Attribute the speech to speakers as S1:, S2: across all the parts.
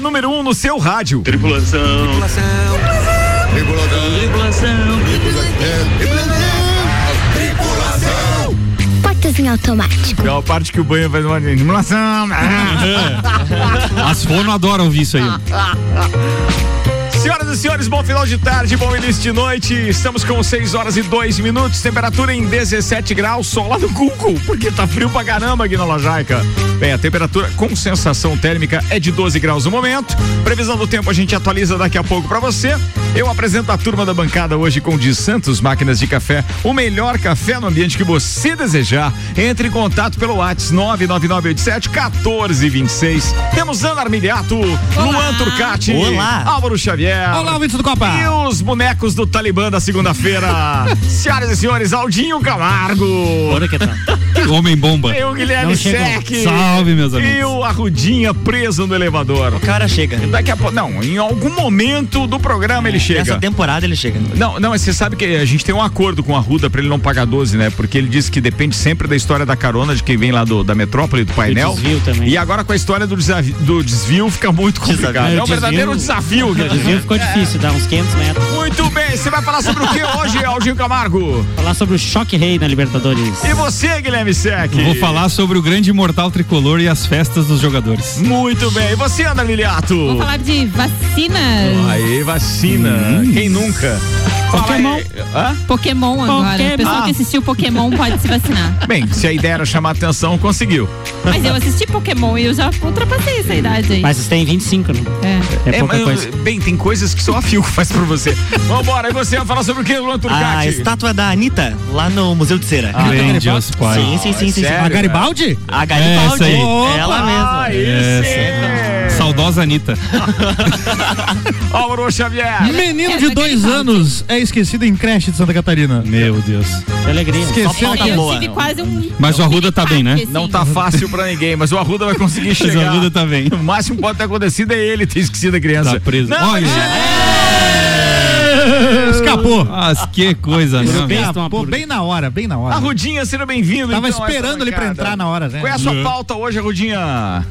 S1: número 1 um no seu rádio.
S2: Tripulação. Tripulação. Tripulação.
S3: Tripulação. Portas em automático.
S1: É a parte que o banho faz uma tripulação.
S4: As fono adoram ouvir isso aí.
S5: Ah,
S1: Senhoras e senhores, bom final de tarde, bom início de noite. Estamos com 6 horas e 2 minutos, temperatura em 17 graus, sol lá no Cuco, porque tá frio pra caramba aqui na Lajaica. Bem, a temperatura com sensação térmica é de 12 graus no momento. Previsão do tempo a gente atualiza daqui a pouco para você. Eu apresento a turma da bancada hoje com o de Santos Máquinas de Café, o melhor café no ambiente que você desejar. Entre em contato pelo WhatsApp 99987 1426. Temos Ana Armiliato, Luan Turcati,
S4: Olá.
S1: Álvaro Xavier.
S4: Olá, ouvintes do Copa.
S1: E os bonecos do Talibã da segunda-feira. Senhoras e senhores, Aldinho Camargo.
S4: Bora que tá. Homem bomba.
S1: E o Guilherme
S4: Não chegam.
S1: Sec.
S4: Salve, meus amigos.
S1: E o Arrudinha preso no elevador.
S5: cara chega.
S1: Daqui a pouco. Não, em algum momento do programa
S4: É,
S1: ele
S5: Nessa
S1: chega.
S5: temporada ele chega.
S1: Não, não, mas você sabe que a gente tem um acordo com a Ruda pra ele não pagar 12, né? Porque ele disse que depende sempre da história da carona de quem vem lá do, da metrópole, do painel.
S6: desvio também.
S1: E agora com a história do, desavi- do desvio fica muito complicado.
S6: Desafio.
S1: É um verdadeiro desafio.
S6: O desvio ficou difícil, dá uns 500 metros.
S1: Muito bem, você vai falar sobre o que hoje, É Aldinho Camargo?
S6: Falar sobre o choque rei na Libertadores.
S1: E você, Guilherme Sec?
S4: Eu Vou falar sobre o grande imortal tricolor e as festas dos jogadores.
S1: Muito bem, e você, Ana Miliato?
S7: Vamos falar de vacinas.
S1: Aí, vacina.
S6: Hum.
S1: Quem nunca?
S7: Pokémon.
S1: Fala aí.
S7: Pokémon agora.
S6: Pokémon.
S7: O pessoal que assistiu Pokémon pode se vacinar.
S1: Hã? Bem, se a ideia era chamar atenção, conseguiu.
S7: Mas eu assisti Pokémon e eu já ultrapassei essa idade aí.
S6: Mas vocês têm 25, né?
S7: É.
S6: É, pouca
S1: mas,
S6: coisa.
S1: Bem, tem coisas que só a Filco faz pra você. Vambora, e você vai falar sobre o que, Luan Turcati?
S5: A estátua da Anitta, lá no Museu de Cera.
S4: Além de os pais.
S5: Sim, sim, sim, sim. sim.
S1: sério?
S5: A Garibaldi. A
S4: É, essa
S5: Garibaldi.
S4: aí.
S5: ela mesma.
S1: Ah, isso. é.
S4: Essa. Saudosa Anitta.
S1: Álvaro Xavier.
S8: Menino
S7: Essa
S8: de
S7: é
S8: dois
S7: Garibaldi.
S8: anos é esquecido em creche de Santa Catarina.
S4: Meu Deus.
S6: Que alegria.
S8: Esqueceu
S5: Só falta
S7: Eu
S5: boa.
S7: tive quase um.
S4: Mas o Arruda tá bem, né?
S7: Assim.
S1: Não tá fácil pra ninguém, mas o Arruda vai conseguir
S4: Mas
S1: chegar.
S4: a Luda tá bem.
S1: O máximo que pode ter acontecido é ele ter esquecido a criança.
S4: Tá preso.
S1: Não, é-
S4: Olha.
S8: Escapou.
S4: Mas que coisa, né?
S6: Besta uma
S8: Pô,
S6: purga.
S8: bem na hora, bem na hora.
S1: Arrudinha, seja bem-vindo.
S8: Tava
S1: então, a essa
S8: esperando ali pra
S1: bancada.
S8: entrar na hora, né?
S1: Qual é a
S4: Uhum.
S1: sua pauta hoje, Arrudinha?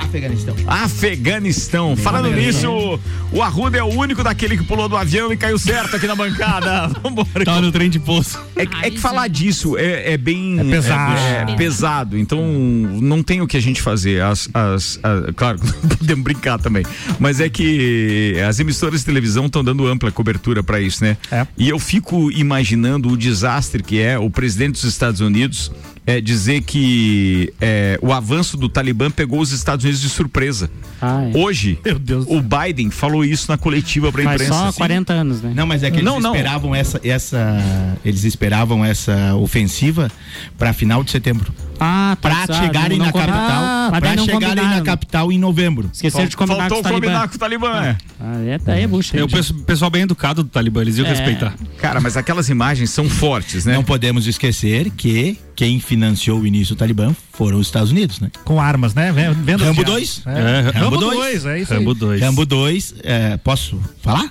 S5: Afeganistão.
S8: Uhum.
S1: Afeganistão. Falando nisso, o Arruda é o único daquele que pulou do avião e caiu certo aqui na bancada. Vambora.
S4: Tava Tá no trem de poço.
S1: É, que- é que falar disso é, é bem.
S8: É pesado.
S1: é pesado. Então, não tem o que a gente fazer. As, as- a- claro, podemos brincar também. Mas é que as emissoras de televisão estão dando ampla cobertura para isso, né?
S8: É.
S1: E eu fico imaginando o desastre que é o presidente dos Estados Unidos. é, dizer que é, o avanço do Talibã pegou os Estados Unidos de surpresa.
S6: Ah, é.
S1: Hoje,
S8: Meu Deus do
S1: o Biden falou isso na coletiva para
S6: Faz
S1: imprensa.
S6: só
S1: assim.
S6: 40 anos, né?
S9: Não, mas é que eles
S1: Não, não.
S9: esperavam essa essa eles esperavam essa ofensiva para final de setembro,
S6: Ah, tá.
S9: para
S6: Ah,
S9: chegarem
S6: não
S9: na
S6: combinaram.
S9: capital,
S6: Ah, mas daí
S9: para
S6: não
S9: chegarem na
S6: combinaram.
S9: capital em novembro.
S6: Esqueceram de combinar
S1: Faltou
S6: com os
S1: combinar
S6: talibã.
S1: com o Talibã. é.
S6: Ah, é, tá, é bucha.
S4: É o
S6: gente.
S4: pesso- pessoal bem educado do Talibã, eles iam
S6: É.
S4: respeitar.
S1: Cara, mas aquelas imagens são fortes, né?
S9: Não podemos esquecer que quem financiou o início do Talibã foram os Estados Unidos, né?
S8: Com armas, né? Ven- Venda
S9: Rambo
S8: de armas.
S9: dois?
S8: É.
S4: É,
S8: Rambo
S4: Rambo
S8: 2, é isso aí.
S4: Rambo 2.
S9: Rambo 2, posso falar?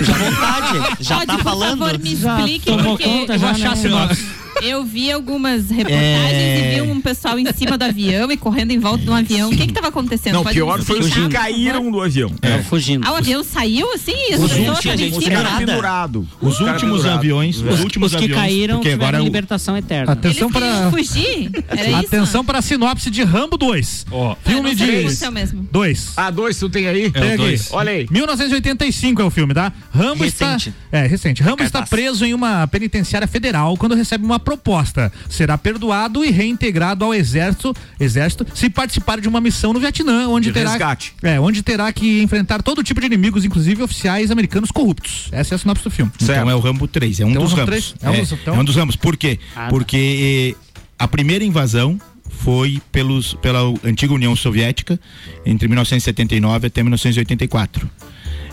S5: Já vontade. Já
S7: Pode,
S5: tá
S7: por
S5: falando.
S7: favor, me
S6: Já
S7: explique,
S6: tomou
S7: porque
S6: conta
S7: eu,
S6: já,
S7: achar
S6: né?
S7: eu vi algumas reportagens
S9: É.
S7: e vi um pessoal em cima do avião e correndo em volta do avião. O que que tava acontecendo?
S1: Não,
S7: Pode
S1: pior
S7: me
S1: foi os que
S7: explicar, por
S1: caíram
S7: favor?
S1: do avião. É.
S6: Tava fugindo.
S7: Ah, o avião saiu assim? E as
S5: Os
S7: pessoas
S5: últimos,
S7: estavam em
S5: gente,
S7: cima?
S5: nada.
S1: pendurado.
S9: Os
S1: Cara
S9: últimos
S1: pendurado.
S9: aviões, os últimos
S6: Os que
S9: aviões,
S6: caíram
S9: porque
S6: tiveram
S9: agora é o- um
S6: libertação é eterna.
S7: Eles
S8: Atenção
S7: queriam
S8: para
S7: fugir? Era
S8: Atenção para a sinopse de Rambo 2.
S4: Ó,
S7: isso? Ah, não
S8: Filme
S7: sei o que
S8: de
S7: aconteceu mesmo.
S8: 2.
S1: Ah, dois tu tem aí?
S4: É,
S8: Pega
S4: o
S8: aí.
S4: dois.
S1: Olha aí.
S8: 1985 é o filme, tá? Rambo
S5: Recente.
S8: está. É, recente. Rambo está
S5: Cartaz.
S8: preso em uma penitenciária federal quando recebe uma proposta. Será perdoado e reintegrado ao exército, exército se participar de uma missão no Vietnã, onde
S1: De
S8: terá.
S1: resgate.
S8: É, onde terá que enfrentar todo tipo de inimigos, inclusive oficiais americanos corruptos. Essa é a sinopse do filme.
S9: Então é o Rambo 3, é um
S8: Então
S9: dos
S8: são
S9: ramos.
S8: três? É um
S9: É,
S8: dos- então-
S9: é um dos ramos. Por quê?
S6: Ah, tá.
S9: Porque eh, a primeira invasão foi pelos, pela antiga União Soviética entre 1979 até 1984.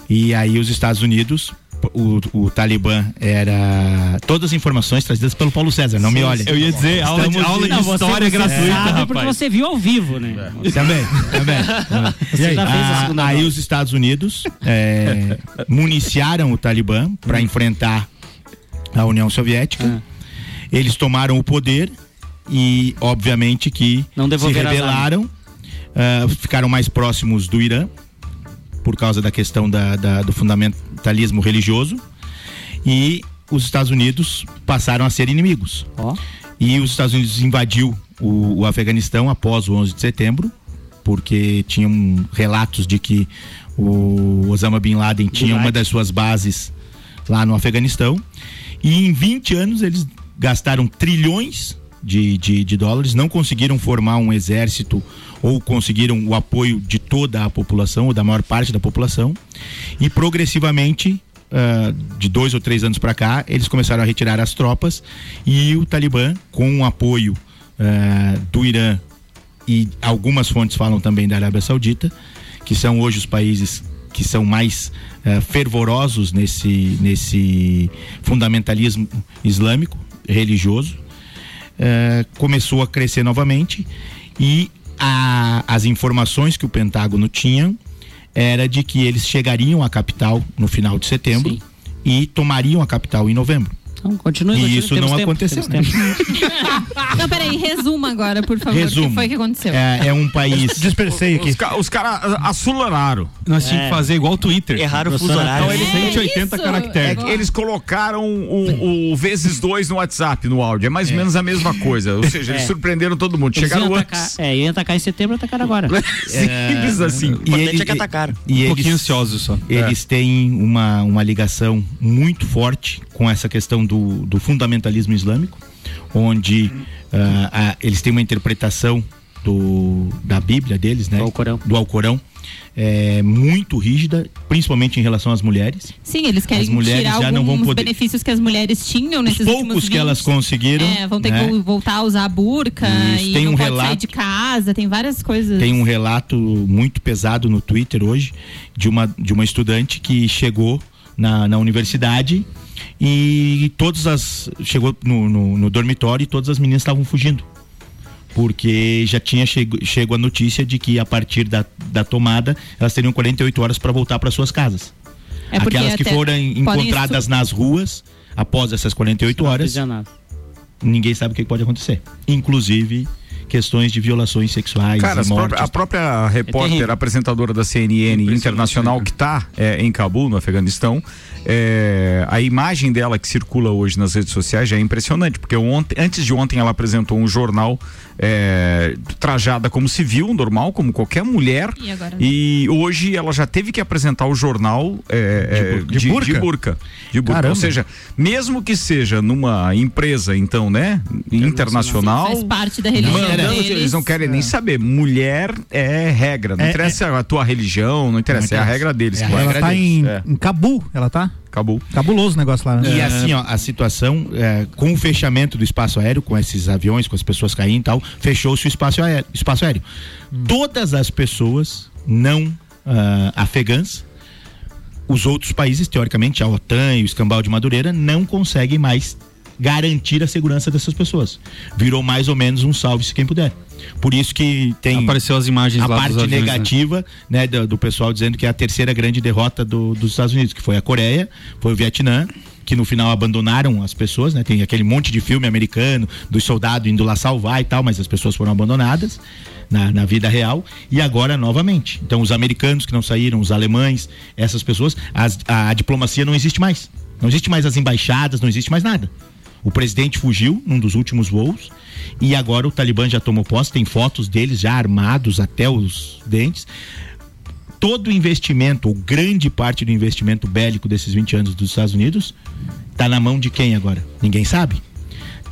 S9: E aí os Estados Unidos, o, o Talibã era todas as informações trazidas pelo Paulo César, não me olhem. Tá
S4: Eu ia dizer, aula de,
S9: Estamos
S4: aula de
S6: Não, você-
S4: história
S6: você
S4: gratuita,
S6: sabe porque
S4: rapaz.
S6: você viu ao vivo, né?
S9: É. Também, também. também.
S6: Você já fez a
S9: Ah,
S6: segunda
S9: aí
S6: dose.
S9: os Estados Unidos é, municiaram o Talibã para enfrentar a União Soviética. Eles tomaram o poder e, obviamente, que
S6: Não
S9: se
S6: devolveram as
S9: rebelaram, ah, ficaram mais próximos do Irã. por causa da questão da- da- do fundamentalismo religioso. E os Estados Unidos passaram a ser inimigos.
S6: Ó.
S9: E os Estados Unidos invadiu o, o Afeganistão após o 11 de setembro, porque tinham relatos de que o Osama Bin Laden tinha uma das suas bases lá no Afeganistão. E em 20 anos eles gastaram trilhões de, de, de dólares, não conseguiram formar um exército ou conseguiram o apoio de toda a população, ou da maior parte da população. E progressivamente ah, de dois ou três anos para cá, eles começaram a retirar as tropas e o Talibã, com o apoio ah, do Irã e algumas fontes falam também da Arábia Saudita, que são hoje os países que são mais eh, fervorosos nesse, nesse fundamentalismo islâmico, religioso, eh, começou a crescer novamente e a- as informações que o Pentágono tinha era de que eles chegariam à capital no final de setembro
S6: Sim.
S9: e tomariam a capital em novembro.
S6: Então, continue.
S9: E
S6: continue,
S9: isso
S6: temos
S9: não
S6: tempo,
S9: aconteceu, né?
S6: temos tempo.
S7: Não, peraí, resuma agora, por favor. O
S9: Resumo.
S7: que foi que aconteceu?
S9: É, é um país.
S8: Dispersei aqui.
S1: Os, ca- os caras aceleraram.
S4: Nós tínhamos que fazer igual o Twitter.
S5: É. Erraram o fuso
S4: Então,
S5: horário.
S4: ele
S7: É
S4: 180
S7: isso.
S1: É
S4: caracteres.
S1: que eles colocaram o, o vezes dois no WhatsApp, no áudio. É mais ou menos a mesma coisa. Ou seja, eles
S6: É.
S1: surpreenderam todo mundo.
S6: Eles
S1: Chegaram
S6: iam atacar,
S1: antes.
S6: é, iam atacar em setembro, atacaram agora.
S1: Simples assim.
S9: É. E
S5: importante
S9: ele-
S5: é que atacaram.
S9: e
S4: Um
S9: eles-
S4: pouquinho ansioso só. É.
S9: Eles têm uma, uma ligação muito forte com essa questão do, do fundamentalismo islâmico, onde ah, ah, eles têm uma interpretação do, da Bíblia deles, né?
S6: Do Alcorão.
S9: Do Alcorão. É, muito rígida, principalmente em relação às mulheres.
S7: Sim, eles querem
S9: As mulheres
S7: tirar
S9: já
S7: alguns
S9: não vão poder-
S7: benefícios que as mulheres tinham
S9: Os
S7: nesses últimos
S9: poucos que
S7: 20.
S9: elas conseguiram.
S7: É, vão ter
S9: né?
S7: que voltar a usar a burca
S9: Isso,
S7: e
S9: tem
S7: não
S9: um
S7: pode
S9: relato-
S7: sair de casa, tem várias coisas.
S9: Tem um relato muito pesado no Twitter hoje de uma, de uma estudante que chegou na, na universidade e todas as. chegou no, no, no dormitório e todas as meninas estavam fugindo. Porque já tinha chego, chego a notícia de que a partir da, da tomada elas teriam 48 horas para voltar para suas casas.
S7: É porque
S9: Aquelas que
S7: até
S9: foram
S7: podem
S9: encontradas nas ruas após essas 48 horas,
S6: Aprisionado.
S9: ninguém sabe o que pode acontecer. Inclusive questões de violações sexuais,
S1: Cara,
S9: e
S1: as pró-
S9: mortes.
S1: a própria repórter,
S6: terrível.
S1: apresentadora da CNN Internacional, que está em Cabul, no Afeganistão, é, a imagem dela que circula hoje nas redes sociais já é impressionante, porque ontem, antes de ontem ela apresentou um jornal é, trajada como civil, normal, como qualquer mulher,
S7: E agora?
S1: e hoje ela já teve que apresentar o jornal é, é, de, de burca. De burca. Ou seja, mesmo que seja numa empresa, então, né, internacional
S7: faz parte da religião
S1: mandando,
S7: deles.
S1: eles não querem nem saber. Mulher é regra. Não interessa
S9: é.
S1: a tua religião, não interessa. É a regra deles. É a
S8: Ela
S1: regra
S8: tá
S1: deles.
S8: em,
S1: É,
S8: em Cabu, ela tá?
S1: acabou.
S8: Cabuloso o negócio lá, né?
S1: É.
S9: E assim, ó, a situação, é, com o fechamento do espaço aéreo, com esses aviões, com as pessoas caindo e tal, fechou-se o espaço aéreo. Espaço aéreo. Todas as pessoas não ah, afegãs, os outros países, teoricamente, a OTAN e o escambau de Madureira, não conseguem mais garantir a segurança dessas pessoas. Virou mais ou menos um salve-se quem puder. Por isso que tem
S4: Apareceu as imagens
S9: a
S4: lá
S9: parte
S4: dos aviões, né?
S9: negativa né, do, do pessoal dizendo que é a terceira grande derrota do- dos Estados Unidos, que foi a Coreia, foi o Vietnã, que no final abandonaram as pessoas, né? Tem aquele monte de filme americano dos soldados indo lá salvar e tal, mas as pessoas foram abandonadas na, na vida real e agora novamente. Então os americanos que não saíram, os alemães, essas pessoas, as- a, a diplomacia não existe mais. Não existe mais as embaixadas, não existe mais nada. O presidente fugiu num dos últimos voos e agora o Talibã já tomou posse, tem fotos deles já armados até os dentes. Todo o investimento, ou grande parte do investimento bélico desses 20 anos dos Estados Unidos, está na mão de quem agora? Ninguém sabe.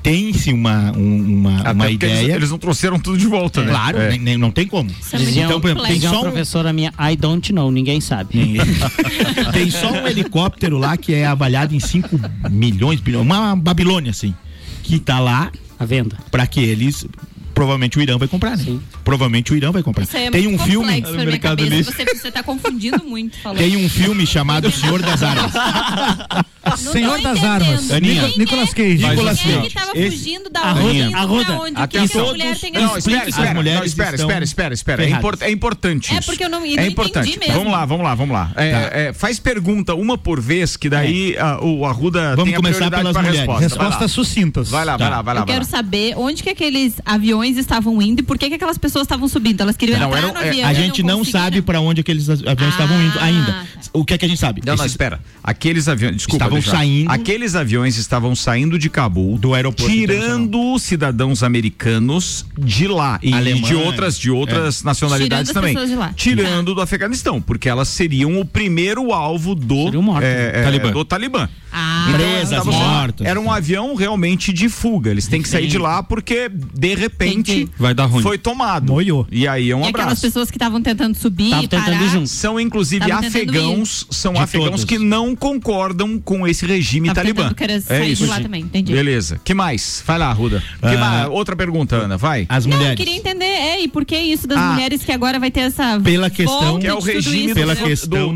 S9: Tem-se uma, um- uma,
S1: Até
S9: uma
S1: porque eles,
S9: ideia.
S1: eles não trouxeram tudo de volta, né?
S9: Claro,
S1: É.
S9: nem- nem- não tem como.
S7: é
S6: Dizia,
S9: Então, por exemplo, tem
S6: dizia
S9: só
S6: uma
S9: um,
S6: professora minha, I don't know, ninguém sabe.
S9: Tem só um helicóptero lá que é avaliado em 5 milhões, bilhões, uma Babilônia, assim, que tá lá
S6: A venda.
S9: para que eles. Provavelmente o Irã vai comprar, né?
S6: Sim.
S9: Provavelmente o Irã vai comprar.
S7: Isso aí é
S9: Tem um
S7: muito
S9: filme.
S7: complexo pra minha
S4: Mercado
S7: cabeça,
S4: Livre.
S7: Você, você tá confundindo muito falando.
S9: Tem um filme chamado O Senhor das Armas.
S7: Não
S8: Senhor
S7: tô
S8: das
S7: entendendo.
S8: Armas.
S9: Aninha.
S8: Nico- Nicolas Cage.
S9: Mas
S7: Quem
S9: Nicolas
S8: assim,
S7: é que
S9: Cage.
S7: tava
S9: Esse-
S7: fugindo da
S6: Arruda.
S7: onde?
S6: Arruda.
S7: Pra onde? O que essa
S1: Atenção.
S7: mulher tem
S1: Não,
S7: esse-
S1: espera, espera,
S9: mulheres
S1: não, espera,
S9: estão
S1: espera, espera, espera. É, import-
S9: ferradas.
S1: é importante
S7: É
S1: isso.
S7: porque eu não- eu
S1: é
S7: não
S1: importante.
S7: entendi mesmo.
S1: Vamos lá, vamos lá, vamos lá. É,
S9: Tá. É.
S1: é, faz pergunta uma por vez, que daí ah, o Arruda
S9: Vamos
S1: tem a
S9: começar
S1: prioridade
S9: pelas
S1: pra
S9: mulheres.
S1: resposta.
S8: Respostas sucintas.
S1: Vai lá, vai lá, vai lá.
S7: Tá. Eu
S1: vai
S7: quero
S1: lá.
S7: saber onde que aqueles aviões aviões estavam indo e por que, que aquelas pessoas estavam subindo? Elas queriam
S9: Não,
S7: entrar
S9: era- é,
S7: no avião.
S9: a
S7: e
S9: gente não
S7: conseguiram.
S9: sabe para onde aqueles aviões estavam
S7: Ah,
S9: indo ainda. O que é que a gente sabe?
S1: Não, não,
S9: Esses-
S1: espera. Aqueles aviões. Desculpa,
S9: Estavam
S1: Alexandre.
S9: saindo-
S1: Aqueles aviões estavam saindo de Cabul.
S9: Do aeroporto
S1: Tirando cidadãos americanos de lá. E
S9: Alemães. É.
S1: de outras, de outras nacionalidades
S7: Tirando as
S1: também.
S7: pessoas de lá.
S1: Tirando do Afeganistão. Porque elas seriam o primeiro alvo do.
S6: Seriam mortas.
S1: é, é,
S9: né? Talibã.
S1: Do Talibã.
S7: Ah,
S1: Então,
S9: Presas,
S1: elas estavam saindo-
S9: mortas.
S1: Era um avião realmente de fuga. Eles têm que sair
S9: Sim.
S1: de lá porque, de repente,
S7: Entendi.
S4: Vai dar ruim.
S1: foi tomado.
S8: Moiou.
S1: E aí é um
S7: e aquelas
S1: abraço.
S7: pessoas que estavam tentando subir
S6: Tava
S7: e
S6: tentando
S7: parar.
S6: ir junto.
S1: São inclusive
S7: Tava tentando
S1: afegãos, são
S9: De
S1: afegãos
S9: todos.
S1: que não concordam com esse regime
S7: Tava tentando
S1: talibã.
S7: que era
S1: é
S7: sair de
S1: isso.
S7: lá também, entendi.
S1: Beleza. Que mais? Vai lá, Ruda. Que
S9: Ah.
S1: mais? Outra pergunta, Ana, vai.
S9: As
S7: Não, eu
S9: mulheres.
S7: queria entender, é, e por que isso das
S1: Ah.
S7: mulheres que agora vai ter essa
S9: Pela questão-
S7: volta
S1: que é o
S7: de tudo
S1: regime
S7: isso,
S1: do,
S9: pela
S7: né?
S9: questão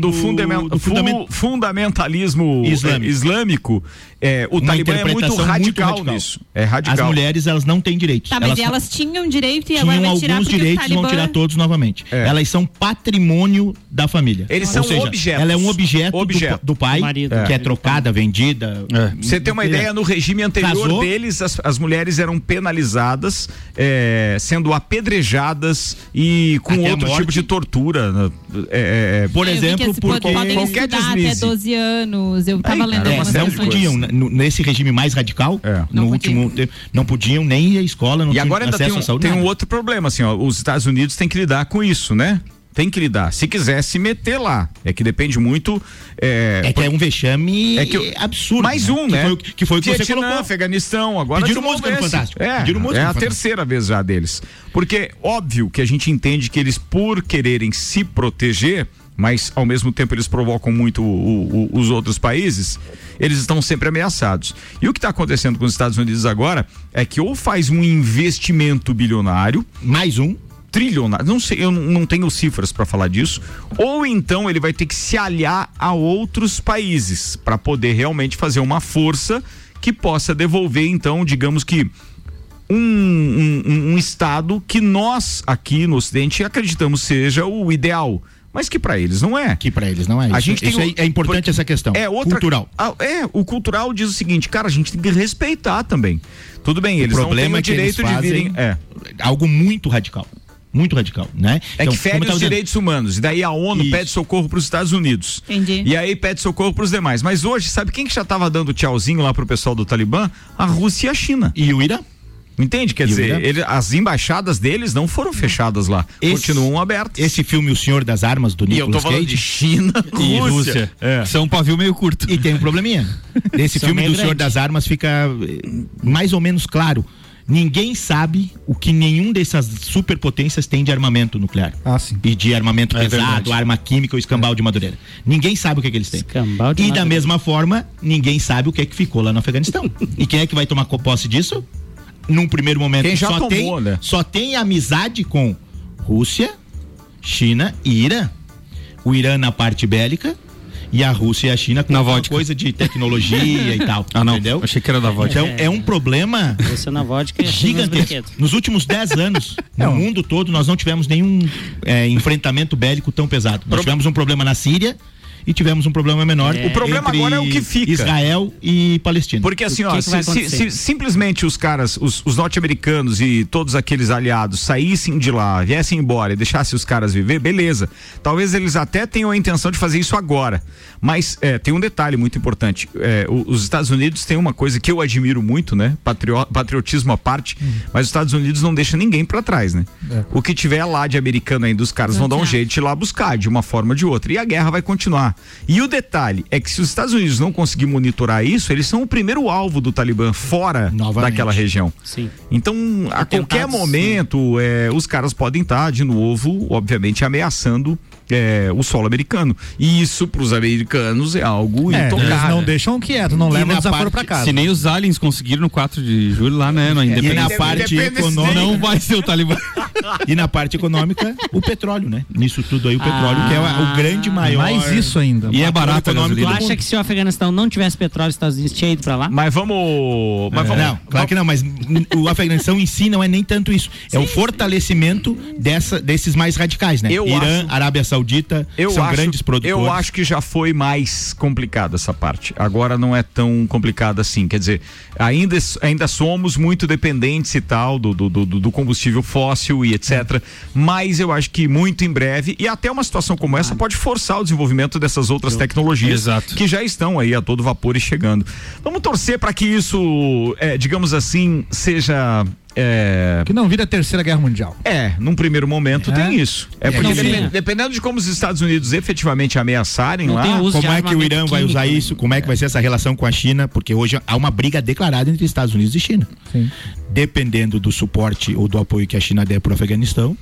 S1: do, do,
S9: do-
S1: fundamen-
S9: do fundamen-
S1: fu- fundamentalismo eh, islâmico.
S9: Islâmico.
S1: É, o
S9: Uma
S1: Talibã é muito
S9: interpretação muito
S1: radical,
S9: radical.
S1: nisso. É
S9: As
S1: radical.
S9: mulheres, elas não têm direito.
S7: Tá, mas elas, tinham direito e agora
S9: tinham
S7: vai tirar
S9: alguns
S7: porque
S9: direitos
S7: o
S9: e
S7: Talibã...
S9: vão tirar todos novamente.
S1: É.
S9: Elas são patrimônio da família.
S1: Eles
S9: Ou
S1: são
S9: seja,
S1: objetos.
S9: Ela é um objeto, do-
S1: Objeto.
S9: Do, pai,
S6: Do marido.
S9: que
S6: É.
S9: é trocada, vendida.
S1: Você tem uma ideia, no regime anterior
S9: É. Casou.
S1: deles, as, as mulheres eram penalizadas, eh, sendo apedrejadas e com
S9: Até a
S1: outro tipo
S9: morte.
S1: de tortura. né? É, é, é,
S9: Por
S7: Eu vi que
S9: exemplo,
S7: eles
S9: por
S7: podem
S1: qualquer
S7: estudar
S1: deslize.
S7: até 12 anos, eu tava
S1: Aí,
S7: lendo
S1: cara,
S9: É,
S1: uma
S7: algumas
S1: série
S9: não
S1: de
S7: coisas.
S1: coisas.
S9: podiam, n- nesse regime mais radical,
S1: É.
S9: no
S7: Não
S9: último tempo, não podiam nem ir à escola, não
S1: E
S9: tinham
S1: agora ainda tem
S9: acesso
S1: um,
S9: à saúde.
S1: tem um
S9: nada.
S1: outro problema, assim, ó, os Estados Unidos têm que lidar com isso, né? Tem que lidar. Se quiser se meter lá, é que depende muito. É,
S9: É que é um vexame
S1: É que eu-
S9: absurdo.
S1: mais um,
S9: Que
S1: né?
S9: foi o Que que foi o que, você
S1: Vietnã,
S9: colocou.
S1: Afeganistão, agora
S9: Pediram
S1: de novo
S9: música no
S1: esse.
S9: Fantástico.
S1: É,
S9: Pediram música
S1: é
S9: no
S1: a
S9: Fantástico.
S1: terceira vez já deles. Porque óbvio que a gente entende que eles por quererem se proteger, mas ao mesmo tempo eles provocam muito o- o- os outros países, eles estão sempre ameaçados. E o que está acontecendo com os Estados Unidos agora é que ou faz um investimento bilionário
S9: Mais um.
S1: trilionário, não sei, eu não- não tenho cifras para falar disso, ou então ele vai ter que se aliar a outros países para poder realmente fazer uma força que possa devolver, então, digamos que um, um- um- um estado que nós aqui no Ocidente acreditamos seja o ideal, mas que para eles não é.
S9: Que pra eles não é
S1: A
S9: isso.
S1: gente tem
S9: Isso
S1: um-
S9: aí é importante essa questão.
S1: É outra
S9: Cultural.
S1: Ah, é, o cultural diz o seguinte, cara, a gente tem que respeitar também. Tudo bem, eles
S9: o
S1: não têm
S9: problema
S1: o
S9: é que eles
S1: direito de
S9: fazem
S1: virem, é.
S9: algo muito radical. Muito radical, né?
S1: É
S9: Então,
S1: que fere
S9: como eu
S1: os
S9: tava dizendo,
S1: direitos humanos. E daí a ONU
S9: Isso.
S1: pede socorro para os Estados Unidos.
S7: Entendi.
S1: E aí pede socorro para os demais. Mas hoje, sabe quem que já estava dando tchauzinho lá pro pessoal do Talibã? A Rússia e a China.
S9: E o Irã?
S1: Entende? Quer
S9: E o
S1: dizer,
S9: Irã?
S1: ele- as embaixadas deles não foram fechadas lá.
S9: Esse-
S1: continuam abertas.
S9: Esse filme O Senhor das Armas do
S1: e eu tô
S9: Nicolas
S1: falando de
S9: Cage. é.
S1: China,
S4: E
S1: Rússia.
S4: Rússia. São um pavio meio curto.
S9: E tem um probleminha. Nesse
S4: São
S9: filme do
S4: meio
S9: Senhor
S4: grande.
S9: das Armas fica eh, mais ou menos claro. Ninguém sabe o que nenhum dessas superpotências tem de armamento nuclear.
S8: Ah, sim.
S9: E de armamento
S4: É
S9: pesado,
S4: verdade.
S9: arma química ou escambau de madureira. Ninguém sabe o que, é que eles têm.
S6: Escambau de
S9: e da
S6: madureira.
S9: mesma forma, ninguém sabe o que é que ficou lá no Afeganistão. e quem é que vai tomar co- posse disso? Num primeiro momento,
S1: Quem já
S9: só,
S1: tomou,
S9: tem,
S1: né?
S9: só tem amizade com Rússia, China e Irã. O Irã na parte bélica e a Rússia e a China com
S4: Na
S9: alguma
S4: vodka.
S9: coisa de tecnologia e tal.
S4: Ah, não.
S9: Entendeu?
S4: Achei que era da vodka.
S9: Então é um problema
S6: Você na vodka e assim nos
S9: gigantesco.
S6: brinquedos.
S9: Nos últimos 10 anos, no mundo todo, nós não tivemos nenhum é, enfrentamento bélico tão pesado. Nós tivemos um problema na Síria e tivemos um problema menor.
S1: O problema
S9: entre
S1: agora é o que fica.
S9: Israel e Palestina.
S1: Porque assim,
S6: O
S1: ó,
S6: que que
S1: se,
S6: vai
S1: se-
S6: acontecer?
S1: se simplesmente os caras, os, os norte-americanos e todos aqueles aliados saíssem de lá, viessem embora e deixassem os caras viver, beleza. Talvez eles até tenham a intenção de fazer isso agora. Mas é, tem um detalhe muito importante. É, o- os Estados Unidos têm uma coisa que eu admiro muito, né? Patrio- patriotismo à parte,
S6: Uhum.
S1: mas os Estados Unidos não deixa ninguém pra trás, né?
S6: É.
S1: O que tiver lá de americano ainda, os caras vão dar um
S7: Exato.
S1: jeito de ir lá buscar, de uma forma ou de outra. E a guerra vai continuar. E o detalhe é que se os Estados Unidos não conseguir monitorar isso, eles são o primeiro alvo do Talibã fora
S9: Novamente.
S1: daquela região.
S6: Sim.
S1: Então, a qualquer momento, é, os caras podem estar, de novo, obviamente, ameaçando é, o solo americano. E isso, para os americanos, é algo
S8: É, eles
S1: intocável.
S8: não deixam quieto, não levam
S9: na
S8: desaforo
S9: parte-
S8: pra casa.
S4: Se nem os aliens conseguiram no 4 de julho lá, né? Na
S9: e na
S1: É.
S4: independência.
S1: Independence
S9: parte
S1: Day.
S9: econômica.
S4: Não vai ser o Talibã.
S9: E na parte econômica, o petróleo, né? Nisso tudo aí, o petróleo, que é
S5: Ah.
S6: Ah.
S9: o, o grande maior.
S8: Mais isso ainda.
S4: E é
S9: ator
S4: barato a
S9: econômico
S6: Tu
S9: do
S4: gasolina.
S6: acha que se o Afeganistão não tivesse petróleo, os Estados Unidos tinha ido pra lá?
S1: Mas vamos. Mas vamos.
S9: Não, claro que não, mas n- o Afeganistão em si não é nem tanto isso. É o fortalecimento dessa, desses mais radicais, né?
S1: Eu
S9: Irã,
S1: acho-
S9: Arábia Saudita,
S1: Eu
S9: são
S1: acho,
S9: grandes produtores.
S1: Eu acho que já foi mais complicado essa parte. Agora não é tão complicado assim. Quer dizer, ainda, ainda somos muito dependentes e tal do, do, do, do combustível fóssil e etc. Mas eu acho que muito em breve, e até uma situação como essa, pode forçar o desenvolvimento dessas outras tecnologias
S4: Exato.
S1: que já estão aí a todo vapor e chegando. Vamos torcer para que isso, é, digamos assim, seja. é,
S8: Que não vira a terceira guerra mundial.
S1: é, num primeiro momento tem isso. É porque
S6: não
S1: depen-
S6: tinha.
S1: dependendo de como os Estados Unidos efetivamente ameaçarem
S6: Não
S1: lá.
S6: tem o uso de
S9: Como é que o
S6: armamento
S9: Irã vai
S6: químico, né?
S9: usar isso? Como é que vai ser essa relação com a China? Porque hoje há uma briga declarada entre Estados Unidos e China.
S8: Sim.
S9: Dependendo do suporte ou do apoio que a China der para o Afeganistão,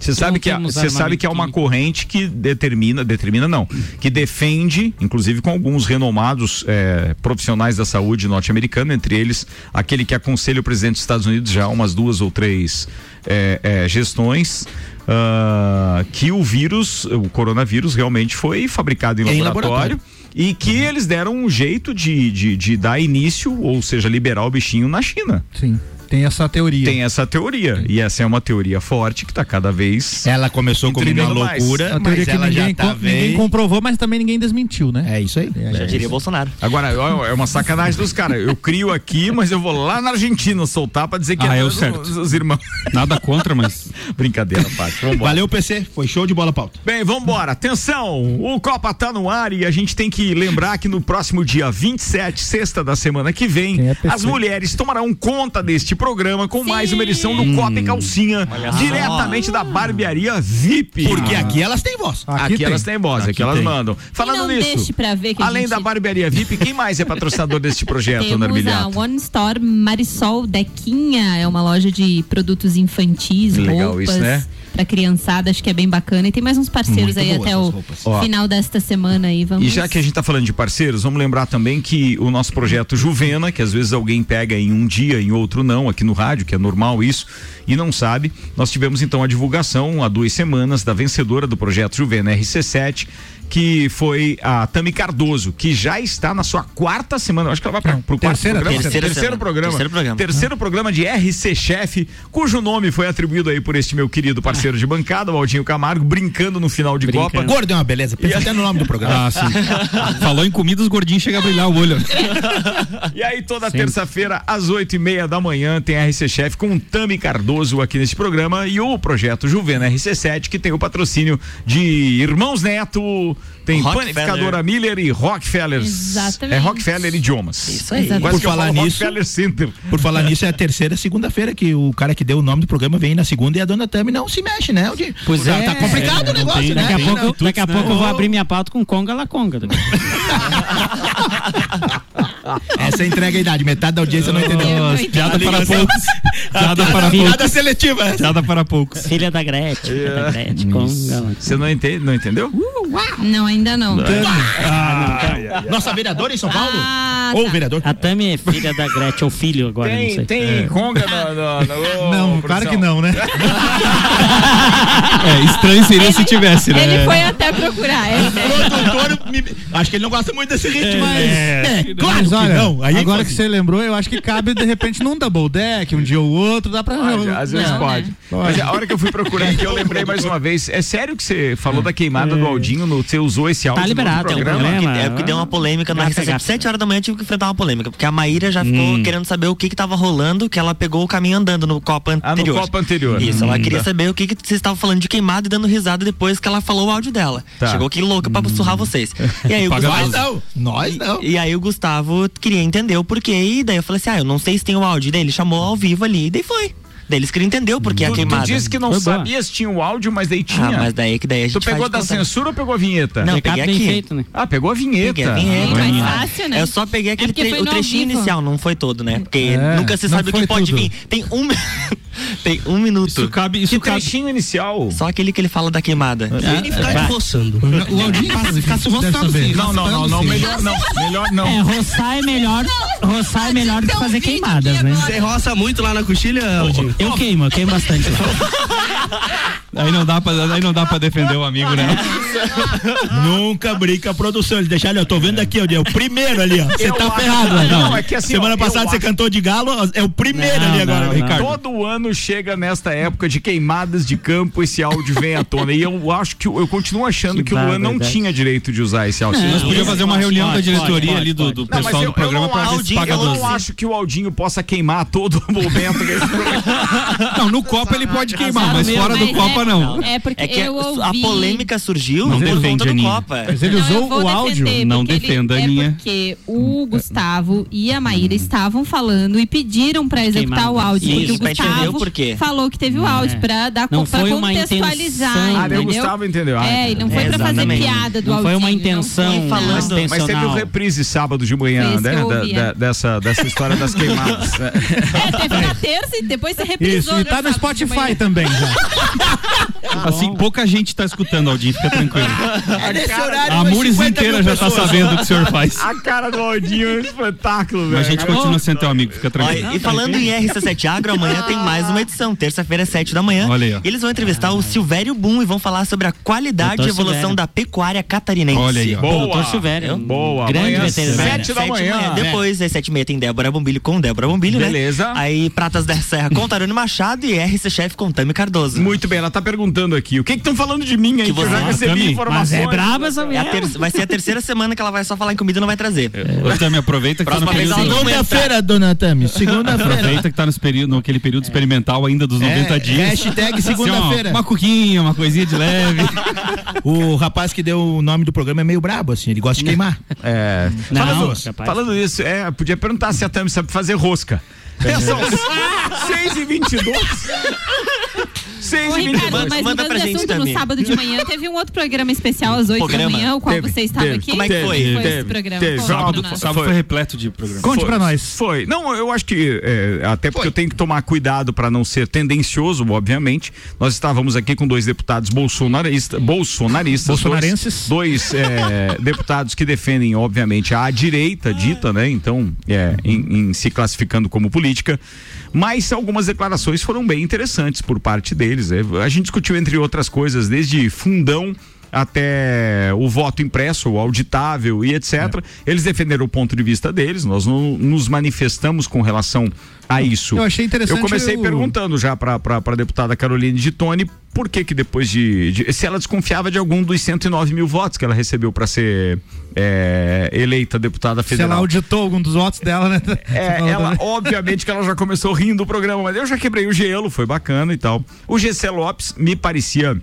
S1: Você sabe
S6: não
S1: que há-
S6: temos
S1: você sabe
S6: armamento
S1: que há uma
S6: químico.
S1: corrente que determina, determina não, que defende, inclusive com alguns renomados eh, profissionais da saúde norte-americana, entre eles aquele que aconselha o presidente dos Estados Unidos já há umas duas ou três eh, eh, gestões. ah, que o vírus, o coronavírus realmente foi fabricado em
S9: Em
S1: laboratório,
S9: laboratório.
S1: e que eles deram um jeito de, de, de dar início, ou seja, liberar o bichinho na China.
S8: Sim. Tem essa teoria.
S1: Tem essa teoria. E essa é uma teoria forte que está cada vez.
S9: ela começou como uma
S1: Entendendo mais.
S8: A
S9: loucura,
S8: É teoria
S9: mas
S8: que
S9: ela já
S8: ninguém,
S9: tá
S8: com- ninguém
S9: vendo.
S8: comprovou, mas também ninguém desmentiu, né?
S9: É isso aí.
S5: Já diria Bolsonaro.
S1: Agora, ó, é uma sacanagem dos caras. Eu crio aqui, mas eu vou lá na Argentina soltar pra dizer que
S4: Ah, é o
S1: dos-
S4: certo.
S1: dos irmãos.
S4: Nada contra, mas.
S1: Brincadeira, Paty. Vambora.
S9: Valeu, PC. Foi show de bola pauta.
S1: Bem, vambora. Atenção, o Copa tá no ar e a gente tem que lembrar que no próximo dia 27, sexta da semana que vem,
S8: Quem é PC?
S1: as mulheres tomarão conta deste programa com mais uma edição do Copa
S9: Hum.
S1: e Calcinha, diretamente da barbearia VIP.
S9: Porque aqui elas têm voz.
S1: Aqui,
S8: tem.
S1: elas têm voz, aqui,
S9: Aqui
S1: elas
S9: tem.
S1: mandam.
S7: e não
S1: Falando nisso,
S7: deixe pra ver que a
S1: além
S7: gente
S1: da barbearia VIP, quem mais é patrocinador deste projeto,
S7: temos a
S1: Norbilhato?
S7: One Store Marisol Dequinha, é uma loja de produtos infantis,
S1: Legal
S7: roupas
S1: isso, né?
S7: pra criançada, acho que é bem bacana. E tem mais uns parceiros
S9: Muito
S7: aí
S9: boas
S7: até
S9: essas
S7: o
S9: roupas.
S1: Ó.
S7: final desta semana aí, vamos.
S1: E já que a gente está falando de parceiros, vamos lembrar também que o nosso projeto Juvena, que às vezes alguém pega em um dia, em outro não, aqui no rádio, que é normal isso, e não sabe, nós tivemos então a divulgação há duas semanas da vencedora do projeto Juvena RC7, que foi a Tami Cardoso, que já está na sua quarta semana, eu acho que ela vai para o quarto
S8: terceira,
S1: programa.
S5: terceira semana.
S1: programa.
S5: Terceiro programa.
S1: Terceiro programa de RC Chefe, cujo nome foi atribuído aí por este meu querido parceiro de bancada, o Aldinho Camargo, brincando no final de
S6: Brincando.
S1: Copa.
S9: Gordo é uma beleza. Pensa até no nome do programa.
S4: Ah, sim. Falou em comida, os gordinhos chegam a brilhar o olho.
S1: E aí, toda terça-feira, às oito e meia da manhã, tem RC Chef com o Tami Cardoso aqui nesse programa e o projeto Juvena RC7, que tem o patrocínio de Irmãos Neto, tem
S5: Rockefeller.
S1: Panificadora Miller e Rockefeller.
S7: Exatamente.
S1: É Rockefeller Idiomas. Isso
S7: aí.
S1: Quase
S9: Por
S1: que eu
S9: falar
S1: falo
S9: nisso-
S1: Rockefeller Center.
S9: Por falar nisso, é a terceira segunda-feira que o cara que deu o nome do programa vem na segunda e a dona Tami não se mexe, né? Aldir?
S6: Pois
S9: tá,
S6: é.
S9: Tá complicado
S4: É, não
S9: o negócio,
S4: tem-
S9: né?
S4: daqui a
S9: Tem
S4: pouco-
S9: na-
S4: Tuts,
S6: Daqui a
S4: né?
S6: pouco eu vou abrir minha pauta com Conga La Conga.
S9: Essa entrega a idade. Metade da audiência não entendeu. assim,
S7: Eu não entendi.
S4: Piada para poucos. Piada para poucos.
S9: Nada seletiva.
S4: Piada para poucos.
S6: Filha da Gretchen. Filha da Gretchen. Conga La
S1: É, Você não, entende, não entendeu?
S7: Não, ainda não.
S5: Ah,
S6: Ah,
S9: Nossa vereadora em São Paulo?
S7: Ah,
S9: Ou
S7: tá.
S9: vereador? É.
S6: A Tami é filha da Gretchen, ou filho agora, não sei.
S1: conga no,
S8: Não, claro que não, né?
S4: É, estranho seria se tivesse, né?
S7: Ele
S8: É.
S7: foi até procurar. é sério.
S9: Produtor, me- acho que ele não gosta muito desse ritmo, mas. É, claro
S8: Mas olha,
S9: que não. Aí
S8: agora
S9: faz-
S8: que você lembrou, eu acho que cabe de repente num double deck, um dia ou outro, dá pra.
S1: Às vezes
S7: Não,
S1: pode.
S7: né?
S1: Mas a hora que eu fui procurar aqui, eu lembrei mais uma vez. É sério que você falou da queimada
S9: É.
S1: do Aldinho? No, você usou
S9: Tá
S1: esse áudio? no outro
S6: liberado, é um
S1: programa?
S9: né?
S6: problema.
S5: É porque deu uma polêmica na
S6: Gata,
S5: RCC.
S6: gata.
S5: 7 horas da manhã eu tive que enfrentar uma polêmica, porque a Maíra já ficou querendo saber o que que tava rolando, que ela pegou o caminho andando no Copa
S1: Ah, no
S5: anterior.
S1: Copa anterior.
S5: Isso, ela
S1: Hum,
S5: queria
S1: tá.
S5: saber o que que vocês estavam falando de queimado e dando risada depois que ela falou o áudio dela.
S1: Tá.
S5: Chegou aqui louca pra surrar vocês. E aí o
S4: Paga
S5: Gustavo-
S9: Nós não. Nós não.
S5: E aí o Gustavo queria entender o porquê, e daí eu falei assim, ah, eu não sei se tem o áudio. E daí ele chamou ao vivo ali, e daí foi. Daí eles queriam entender o porquê a
S1: Tu, tu
S5: queimada.
S1: disse que não
S6: Foi boa.
S1: sabias, tinha o áudio, mas daí tinha.
S5: Ah, mas daí que daí a gente
S1: tu pegou
S5: faz de
S1: da
S5: contar.
S1: censura ou pegou a vinheta?
S5: Não,
S6: Recado
S5: peguei
S6: bem
S5: aqui.
S6: feito, né?
S1: Ah, pegou a vinheta.
S5: Peguei a vinheta.
S7: Bem mais
S5: Olha.
S7: fácil, né?
S5: Eu só peguei aquele
S7: É porque
S5: tre-
S7: foi
S5: o
S7: no
S5: trechinho
S7: ao vivo.
S5: inicial, não foi todo, né? Porque
S8: É,
S5: nunca se
S8: não
S5: sabe o
S8: foi
S5: que pode
S8: tudo.
S5: vir. Tem um, tem um
S4: Isso
S5: minuto.
S4: cabe,
S1: Que
S4: isso cabe.
S1: trechinho inicial.
S5: Só aquele que ele fala da queimada.
S6: Ele fica te
S5: forçando.
S8: O Aldinho fica se assim.
S1: Não, não, não, não, melhor não. Melhor não.
S6: É, roçar é melhor roçar é melhor do que fazer queimadas, né?
S2: Você roça muito lá na coxilha, Aldinho?
S6: Eu queimo, eu queimo bastante lá.
S4: Aí não dá pra, aí não dá pra defender o amigo, né?
S9: Nunca brinca a produção. Eles deixaram ali, ó. Tô vendo aqui, ó. É o primeiro ali, ó. Você
S1: Eu
S9: tá
S1: acho-
S9: ferrado, ó.
S1: Não, é que assim,
S9: Semana
S1: ó,
S9: passada
S1: eu
S9: você
S1: acho-
S9: cantou de galo, ó, é o primeiro
S6: Não,
S9: ali agora,
S6: não,
S9: Ricardo.
S1: Todo ano chega nesta época de queimadas de campo, esse áudio vem à tona. E eu acho que eu continuo achando que,
S6: Que
S1: o Luan é, não
S6: barbaridade.
S1: tinha direito de usar esse áudio.
S4: Nós podíamos
S1: um
S4: fazer uma
S6: Pode,
S4: reunião
S6: pode,
S4: da diretoria
S6: pode,
S4: ali do,
S6: pode.
S4: do
S1: Não, mas
S4: pessoal
S1: eu-
S4: do
S1: eu
S4: programa
S1: não
S4: pra ver
S1: acho-
S4: se
S1: eu
S4: paga doce.
S1: não acho que o Aldinho possa queimar a todo momento. tá esse programa.
S4: Não, no copo ele pode queimar,
S6: Azar
S4: mas
S6: meu,
S4: fora do
S7: Mas
S4: Copa
S7: é,
S4: não.
S7: É porque
S5: É que a,
S7: eu ouvi...
S5: a polêmica surgiu
S4: Não
S5: por
S4: defende,
S5: conta do
S4: Aninha.
S9: é.
S5: Copa.
S8: Mas ele
S7: Não, eu
S8: usou
S7: vou
S8: o áudio.
S7: defender,
S4: Não
S7: porque ele-
S4: defenda,
S7: É
S4: Aninha.
S7: porque o Gustavo e a Maíra estavam falando e pediram pra executar
S6: Queimado.
S7: o áudio.
S5: Isso,
S7: e o
S5: pra entender
S7: Gustavo
S5: o porquê.
S7: falou que teve o áudio,
S6: é.
S7: pra, dar,
S6: Não
S7: co- pra
S6: foi uma
S7: contextualizar,
S6: intenção.
S1: Ah, daí o
S7: entendeu?
S1: Gustavo entendeu. Ah,
S7: É, e não foi pra fazer
S5: Exatamente.
S7: piada do áudio.
S6: Não foi uma intenção.
S5: foi falando.
S6: intencional.
S1: Mas teve o reprise sábado de manhã,
S7: Foi isso que
S1: né?
S7: eu
S1: da-
S7: ouvi,
S1: da-
S7: é.
S1: dessa, dessa história das queimadas.
S7: É, teve na terça e depois você reprisou.
S8: Isso,
S7: né,
S8: e tá no
S7: sábado de manhã.
S8: Spotify também. já.
S4: Assim, pouca gente tá escutando, Aldinho, fica tranquilo.
S7: É
S2: Nesse horário,
S4: A Amores inteira já tá sabendo o que o senhor faz.
S1: a cara do Aldinho é um espetáculo, velho.
S4: Mas a gente continua sendo teu amigo, fica tranquilo.
S5: Olha, e falando em RC7 Agro, amanhã tem mais uma edição, terça-feira, às 7 da manhã.
S4: Olha aí, ó.
S5: E eles vão entrevistar o Silvério Boom e vão falar sobre a qualidade e
S6: Doutor
S5: evolução
S6: Silvério.
S5: da pecuária catarinense.
S4: Olha aí, ó.
S1: Boa.
S6: Doutor Silvério.
S1: Boa.
S6: Grande
S1: Amanhã,
S6: veterinário.
S1: sete da manhã.
S5: Depois, às 7 e meia, tem Débora Bombilho com Débora Bombilho, né?
S1: Beleza.
S5: Aí, Pratas da Serra com Tarone Machado e RC Chef com Tami Cardoso.
S1: Muito bem, ela tá perguntando aqui. O que estão falando de mim aí?
S5: Que
S1: eu já
S5: você-
S1: recebi
S4: Tami,
S1: informações.
S6: Mas é braba essa
S5: É a
S6: mulher.
S5: ter- Vai ser a terceira semana que ela vai só falar em comida e não vai trazer.
S1: É,
S4: Ô, Tami, aproveita que tá no
S5: Próxima vez ela
S4: período.
S5: não
S2: Segunda-feira, dona Tami. Segunda-feira.
S4: Aproveita que tá nesse período, naquele período experimental ainda dos
S9: É,
S4: 90 dias.
S2: Hashtag segunda-feira.
S4: Assim, ó, Uma cuquinha, uma coisinha de leve.
S9: O rapaz que deu o nome do programa é meio brabo, assim. Ele gosta de queimar.
S1: É.
S6: Não,
S1: falando,
S6: capaz.
S1: falando isso, é, podia perguntar se a Tami sabe fazer rosca. É, são 6 e 22 6
S7: Ô,
S1: e 22
S7: Ricardo,
S5: Manda
S7: mas mudando
S5: pra
S7: de
S5: gente
S7: assunto, no
S5: também.
S7: sábado de manhã teve um outro programa especial às 8
S5: Programa?
S7: da manhã, o qual
S1: Teve,
S7: você estava
S1: teve,
S7: aqui.
S5: Como é que foi?
S7: Foi
S1: Teve,
S7: esse programa?
S1: teve.
S7: Conta
S1: Sábado-
S7: pra nós.
S4: Sábado foi repleto de programa.
S8: Conte
S1: Foi,
S8: pra nós.
S1: Foi. Não, eu acho que é, até porque eu tenho que tomar cuidado para não ser tendencioso, obviamente. Nós estávamos aqui com dois deputados bolsonarista, bolsonaristas,
S8: Bolsonarenses.
S1: dois, dois, é, deputados que defendem, obviamente, a direita dita, né? Então, é, em, em se classificando como política. Mas algumas declarações foram bem interessantes por parte deles. né? A gente discutiu entre outras coisas, desde fundão até o voto impresso, o auditável e etc.
S8: É.
S1: Eles defenderam o ponto de vista deles, nós não nos manifestamos com relação a isso.
S8: Eu achei interessante
S1: Eu comecei
S8: o-
S1: perguntando já para a deputada Caroline de Tony por que que depois de, de- se ela desconfiava de algum dos 109 mil votos que ela recebeu para ser é, eleita deputada
S8: Se ela
S1: federal.
S8: auditou algum dos votos dela, né?
S1: É,
S8: Você
S1: ela,
S8: falou
S1: obviamente que ela já começou rindo do programa, mas eu já quebrei o gelo, foi bacana e tal. O GC Lopes me parecia.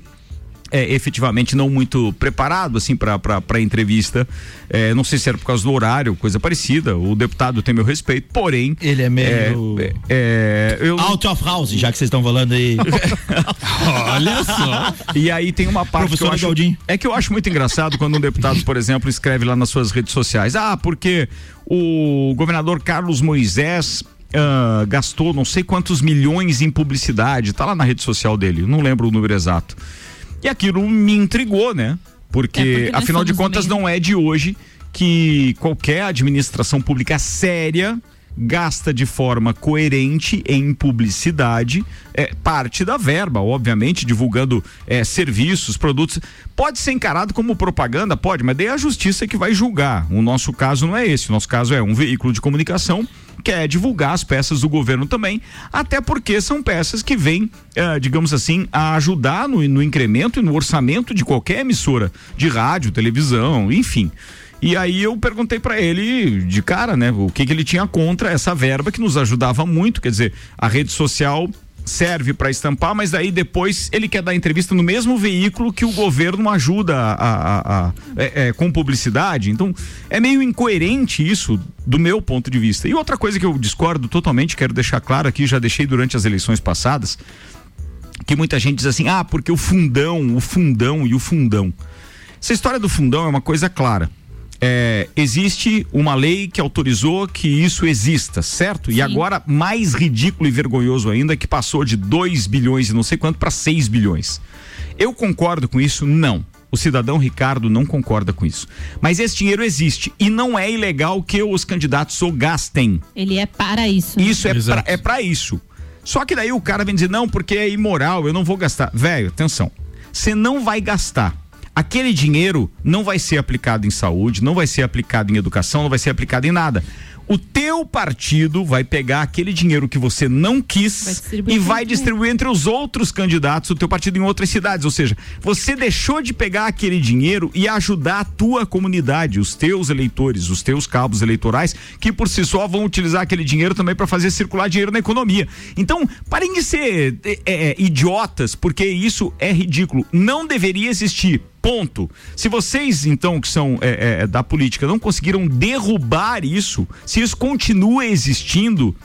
S1: é, efetivamente não muito preparado assim para entrevista É, não sei se era por causa do horário coisa parecida o deputado tem meu respeito porém
S9: Ele é meio-
S1: é, é, eu-
S9: Out of house, já que vocês estão falando aí.
S4: Olha só.
S1: E aí tem uma parte que eu
S9: Professora
S1: acho,
S9: Galdin.
S1: É que eu acho muito engraçado quando um deputado, por exemplo, escreve lá nas suas redes sociais. Ah, porque o governador Carlos Moisés. ah, gastou não sei quantos milhões em publicidade, tá lá na rede social dele, não lembro o número exato. E aquilo me intrigou, né? Porque,
S7: É, porque nós
S1: afinal de
S7: somos
S1: contas,
S7: mesmo.
S1: não é de hoje que qualquer administração pública séria gasta de forma coerente em publicidade é, parte da verba, obviamente, divulgando é, serviços, produtos. Pode ser encarado como propaganda, pode, mas daí é a justiça que vai julgar. O nosso caso não é esse, o nosso caso é um veículo de comunicação quer divulgar as peças do governo também, até porque são peças que vêm, eh, digamos assim, a ajudar no, no incremento e no orçamento de qualquer emissora de rádio, televisão, enfim. E aí eu perguntei pra ele de cara, né, o que, que ele tinha contra essa verba que nos ajudava muito, quer dizer, a rede social serve pra estampar, mas daí depois ele quer dar entrevista no mesmo veículo que o governo ajuda a, a- a- é- é, com publicidade. Então é meio incoerente isso do meu ponto de vista. E outra coisa que eu discordo totalmente, quero deixar claro aqui, já deixei durante as eleições passadas, que muita gente diz assim, ah, porque o fundão, o fundão e o fundão. Essa história do fundão é uma coisa clara. É, existe uma lei que autorizou que isso exista, certo? E agora, mais ridículo e vergonhoso ainda, que passou de 2 bilhões e não sei quanto para 6 bilhões. Eu concordo com isso? Não. O cidadão Ricardo não concorda com isso. Mas esse dinheiro existe e não é ilegal que os candidatos o gastem.
S7: Ele é para isso. né?
S1: Isso é pra,
S4: Exato.
S1: é pra isso. Só que daí o cara vem dizer, não, porque é imoral, eu não vou gastar. Velho, atenção. Você não vai gastar. Aquele dinheiro não vai ser aplicado em saúde, não vai ser aplicado em educação, não vai ser aplicado em nada. O teu partido vai pegar aquele dinheiro que você não
S7: Vai
S1: quis
S7: distribuir
S1: e vai
S7: entre-
S1: distribuir entre os outros candidatos do teu partido em outras cidades. Ou seja, você deixou de pegar aquele dinheiro e ajudar a tua comunidade, os teus eleitores, os teus cabos eleitorais, que por si só vão utilizar aquele dinheiro também para fazer circular dinheiro na economia. Então, parem de ser é, é, idiotas, porque isso é ridículo. Não deveria existir. Ponto. Se vocês, então, que são é, é, da política, não conseguiram derrubar isso, se isso continua existindo,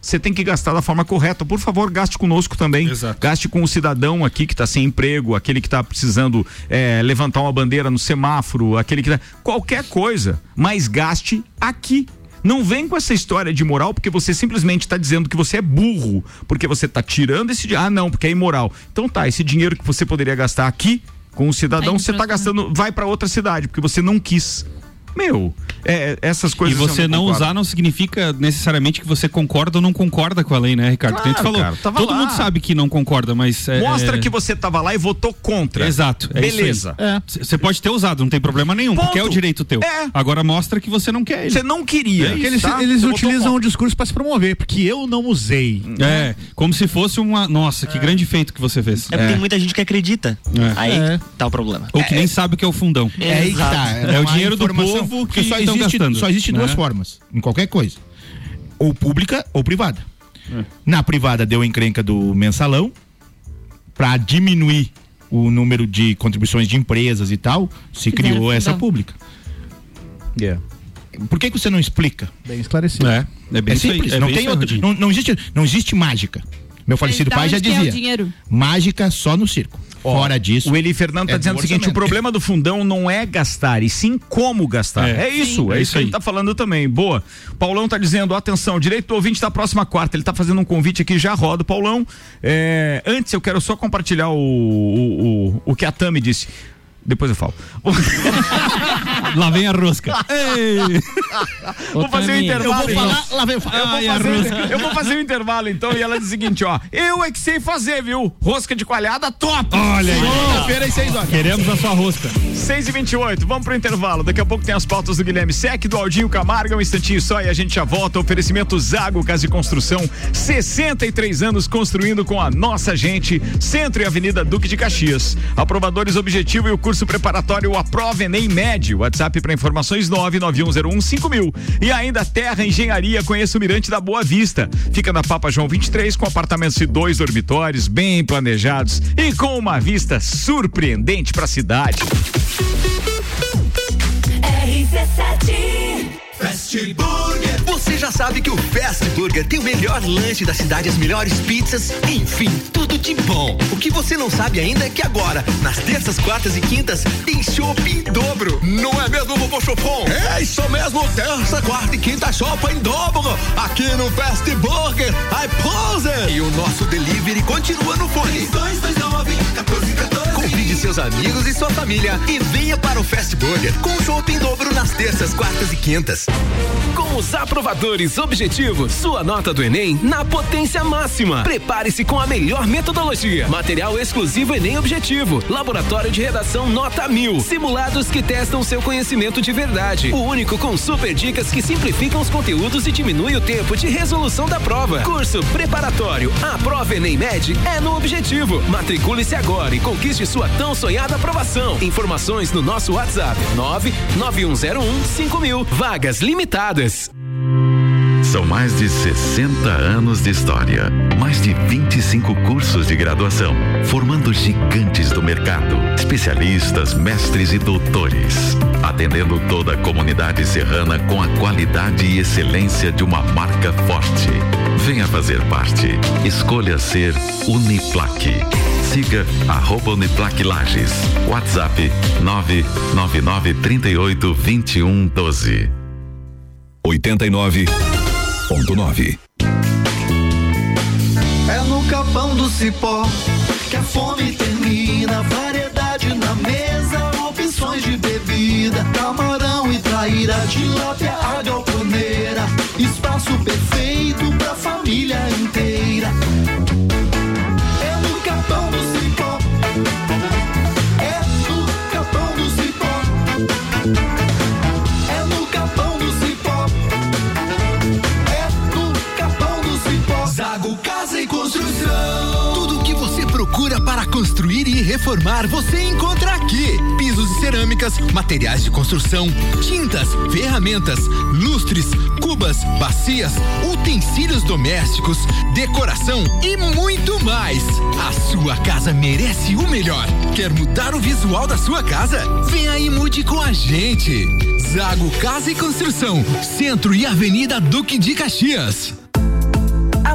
S1: você tem que gastar da forma correta. Por favor, gaste conosco também.
S4: Exato.
S1: Gaste com o cidadão aqui que está sem emprego, aquele que está precisando eh, levantar uma bandeira no semáforo, aquele que. Tá... Qualquer coisa, mas gaste aqui. Não vem com essa história de moral, porque você simplesmente está dizendo que você é burro, porque você está tirando esse dinheiro. Ah, não, porque é imoral. Então tá, esse dinheiro que você poderia gastar aqui com o cidadão,
S7: Tá indo
S1: você está
S7: pra outra-
S1: gastando, vai para outra cidade, porque você não quis. Meu, é, essas
S4: E
S1: coisas. eu
S4: você não
S1: concordo.
S4: usar não significa necessariamente que você concorda ou não concorda com a lei, né, Ricardo? Que nem tu
S1: Claro,
S4: falou.
S1: cara, tava
S4: todo
S1: lá.
S4: mundo sabe que não concorda, mas. é,
S1: Mostra
S4: é,
S1: que você estava lá e votou contra.
S4: Exato. é isso aí.
S1: Beleza.
S4: C- Você pode ter usado, não tem problema nenhum, porque é o
S1: Ponto.
S4: direito teu.
S1: É.
S4: Agora mostra que você não quer ele. É
S1: Você não queria.
S8: Porque eles,
S1: tá?
S8: eles
S1: Você botou
S8: utilizam
S1: contra.
S8: o discurso pra se promover, porque eu não usei.
S4: É, como se fosse uma. Nossa, que grande feito que você fez.
S5: É porque tem muita gente que acredita.
S4: É.
S5: Aí
S8: É.
S5: tá o problema.
S4: Ou que nem sabe o que é o fundão.
S9: É aí que tá.
S4: É o
S9: Não há
S4: dinheiro do
S9: informação,
S4: povo
S9: porque
S4: que
S9: só
S4: estão
S9: existe,
S4: gastando,
S9: Só existe duas
S4: né?
S9: formas, em qualquer coisa. Ou pública ou privada. Na privada deu a encrenca do mensalão para diminuir o número de contribuições de empresas e tal, se
S7: Fizeram
S9: criou essa
S7: fundão.
S9: pública.
S8: É.
S9: Por que, que você não explica?
S8: Bem esclarecido.
S4: É, é bem
S9: É
S4: isso aí,
S9: simples,
S4: é
S9: não
S4: bem
S9: tem
S4: isso aí,
S9: outro,
S4: Rodinho.
S9: não, não existe, não existe mágica. Meu falecido
S7: da
S9: pai já
S7: onde que é o
S9: dizia.
S7: dinheiro?
S9: Mágica só no circo. Fora disso,
S1: O Eli Fernando tá
S9: É
S1: dizendo
S9: do
S1: o seguinte: o
S9: orçamento.
S1: problema do fundão não é gastar, e sim como gastar. É,
S4: É.
S1: isso,
S4: Sim.
S1: é,
S4: É
S1: isso
S4: isso
S1: que ele
S4: aí.
S1: tá falando também. Boa. Paulão tá dizendo: atenção, direito do ouvinte da próxima quarta. Ele tá fazendo um convite aqui, já roda. Paulão, é, antes eu quero só compartilhar o, o, o, o que a Tami disse. Depois eu falo.
S4: Lá vem a rosca. Ei!
S1: Vou fazer o
S6: Tami,
S1: intervalo. então.
S9: lá vem
S1: Eu
S9: o
S1: vou,
S4: Ai, a
S1: fazer, um eu vou fazer o intervalo então e ela diz o seguinte, ó. Eu é que sei fazer, viu? Rosca de coalhada top!
S4: Olha aí.
S9: feira às 6 horas.
S4: Queremos a sua rosca.
S1: 6 e 28 vamos pro intervalo. Daqui a pouco tem as pautas do Guilherme Sec, do Aldinho Camargo. Um instantinho só e a gente já volta. Oferecimento Zago Casa de Construção. 63 anos construindo com a nossa gente. Centro e Avenida Duque de Caxias. Aprovadores Objetivo e o curso preparatório Aprova Enem Médio. WhatsApp para informações 991015000. E ainda Terra Engenharia. Conheça o Mirante da Boa Vista. Fica na Papa João 23 com apartamentos de dois dormitórios bem planejados e com uma vista surpreendente para a cidade.
S10: Fast Burger. Você já sabe que o Fast Burger tem o melhor lanche da cidade, as melhores pizzas, enfim, tudo de bom. O que você não sabe ainda é que agora, nas terças, quartas e quintas, tem chopp em dobro. Não é mesmo, vovô Chopon? É isso mesmo, terça, quarta e quinta, chopp em dobro. Aqui no Fast Burger, I pose! E o nosso delivery continua no fone. 229 Convide seus amigos e sua família e venha para o Fast Burger com shopping dobro nas terças, quartas e quintas.
S11: Com os aprovadores objetivos, sua nota do Enem na potência máxima. Prepare-se com a melhor metodologia. Material exclusivo Enem Objetivo. Laboratório de redação nota mil. Simulados que testam seu conhecimento de verdade. O único com super dicas que simplificam os conteúdos e diminui o tempo de resolução da prova. Curso preparatório. A prova Enem Med é no objetivo. Matricule-se agora e conquiste sua tão sonhada aprovação. Informações no nosso WhatsApp 99101 5000. Vagas limitadas.
S10: São mais de 60 anos de história, mais de 25 cursos de graduação, formando gigantes do mercado, especialistas, mestres e doutores, atendendo toda a comunidade serrana com a qualidade e excelência de uma marca forte. Venha fazer parte. Escolha ser Uniplaque. Siga arroba Uniplaque Lages. WhatsApp 999 38 21 12.
S11: 89.9
S10: É no capão do cipó que a fome termina, variedade na mesa.
S12: camarão e traíra, tilápia, a galponeira. Espaço perfeito pra família inteira. É no capão do cipó. É no capão do cipó. É no capão do cipó. É no capão do cipó. Zago Casa e Construção.
S10: Tudo o que você procura para construir e reformar, você encontra aqui. Pisos e cerâmicas, materiais de construção, tintas, ferramentas, lustres, cubas, bacias, utensílios domésticos, decoração e muito mais. A sua casa merece o melhor. Quer mudar o visual da sua casa? Venha e mude com a gente. Zago Casa e Construção, Centro e Avenida Duque de Caxias.
S13: A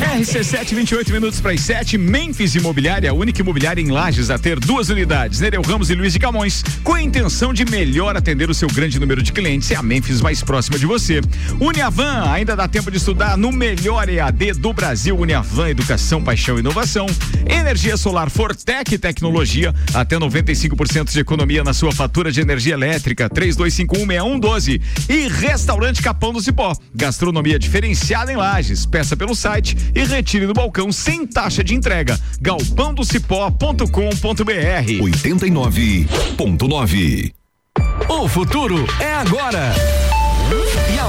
S1: RC7, 28 minutos para as 7, Memphis Imobiliária, a única imobiliária em Lages a ter duas unidades, Nereu Ramos e Luiz de Camões, com a intenção de melhor atender o seu grande número de clientes, é a Memphis mais próxima de você. Uniavan, ainda dá tempo de estudar no melhor EAD do Brasil, Uniavan, Educação, Paixão e Inovação. Energia Solar Fortec Tecnologia, até 95% de economia na sua fatura de energia elétrica, 32516112. E Restaurante Capão do Cipó, gastronomia diferenciada em Lages, peça pelo site e retire do balcão sem taxa de entrega. galpãodocipó.com.br
S14: 89.9
S11: O futuro é agora. E a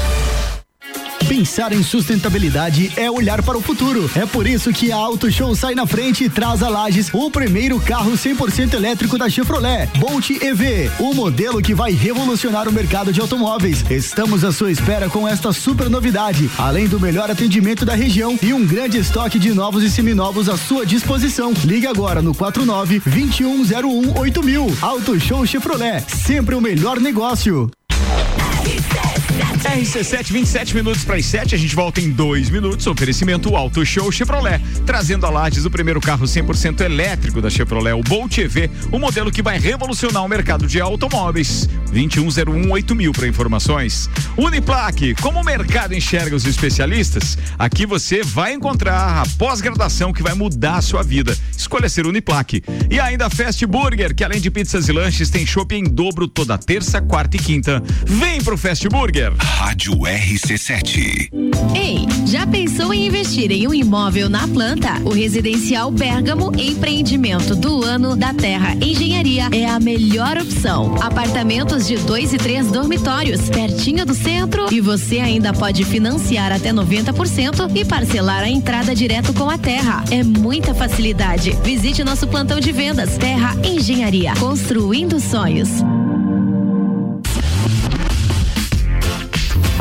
S15: Pensar em sustentabilidade é olhar para o futuro. É por isso que a Auto Show sai na frente e traz a Lages o primeiro carro 100% elétrico da Chevrolet, Bolt EV, o modelo que vai revolucionar o mercado de automóveis. Estamos à sua espera com esta super novidade, além do melhor atendimento da região e um grande estoque de novos e seminovos à sua disposição. Ligue agora no 49 2101 8000. Auto Show Chevrolet, sempre o melhor negócio.
S1: RC7, 27 minutos para as 7, a gente volta em dois minutos. Oferecimento Auto Show Chevrolet, trazendo a Lages o primeiro carro 100% elétrico da Chevrolet, o Bolt EV, o modelo que vai revolucionar o mercado de automóveis. 21018000 para informações. Uniplaque, como o mercado enxerga os especialistas? Aqui você vai encontrar a pós-graduação que vai mudar a sua vida. Escolha ser Uniplaque. E ainda Fast Burger, que além de pizzas e lanches, tem shopping em dobro toda terça, quarta e quinta. Vem pro Fast Burger.
S14: Rádio RC7.
S16: Ei, já pensou em investir em um imóvel na planta? O Residencial Bergamo, empreendimento do ano da Terra Engenharia, é a melhor opção. Apartamentos de dois e três dormitórios, pertinho do centro, e você ainda pode financiar até 90% e parcelar a entrada direto com a terra. É muita facilidade. Visite nosso plantão de vendas, Terra Engenharia, construindo sonhos.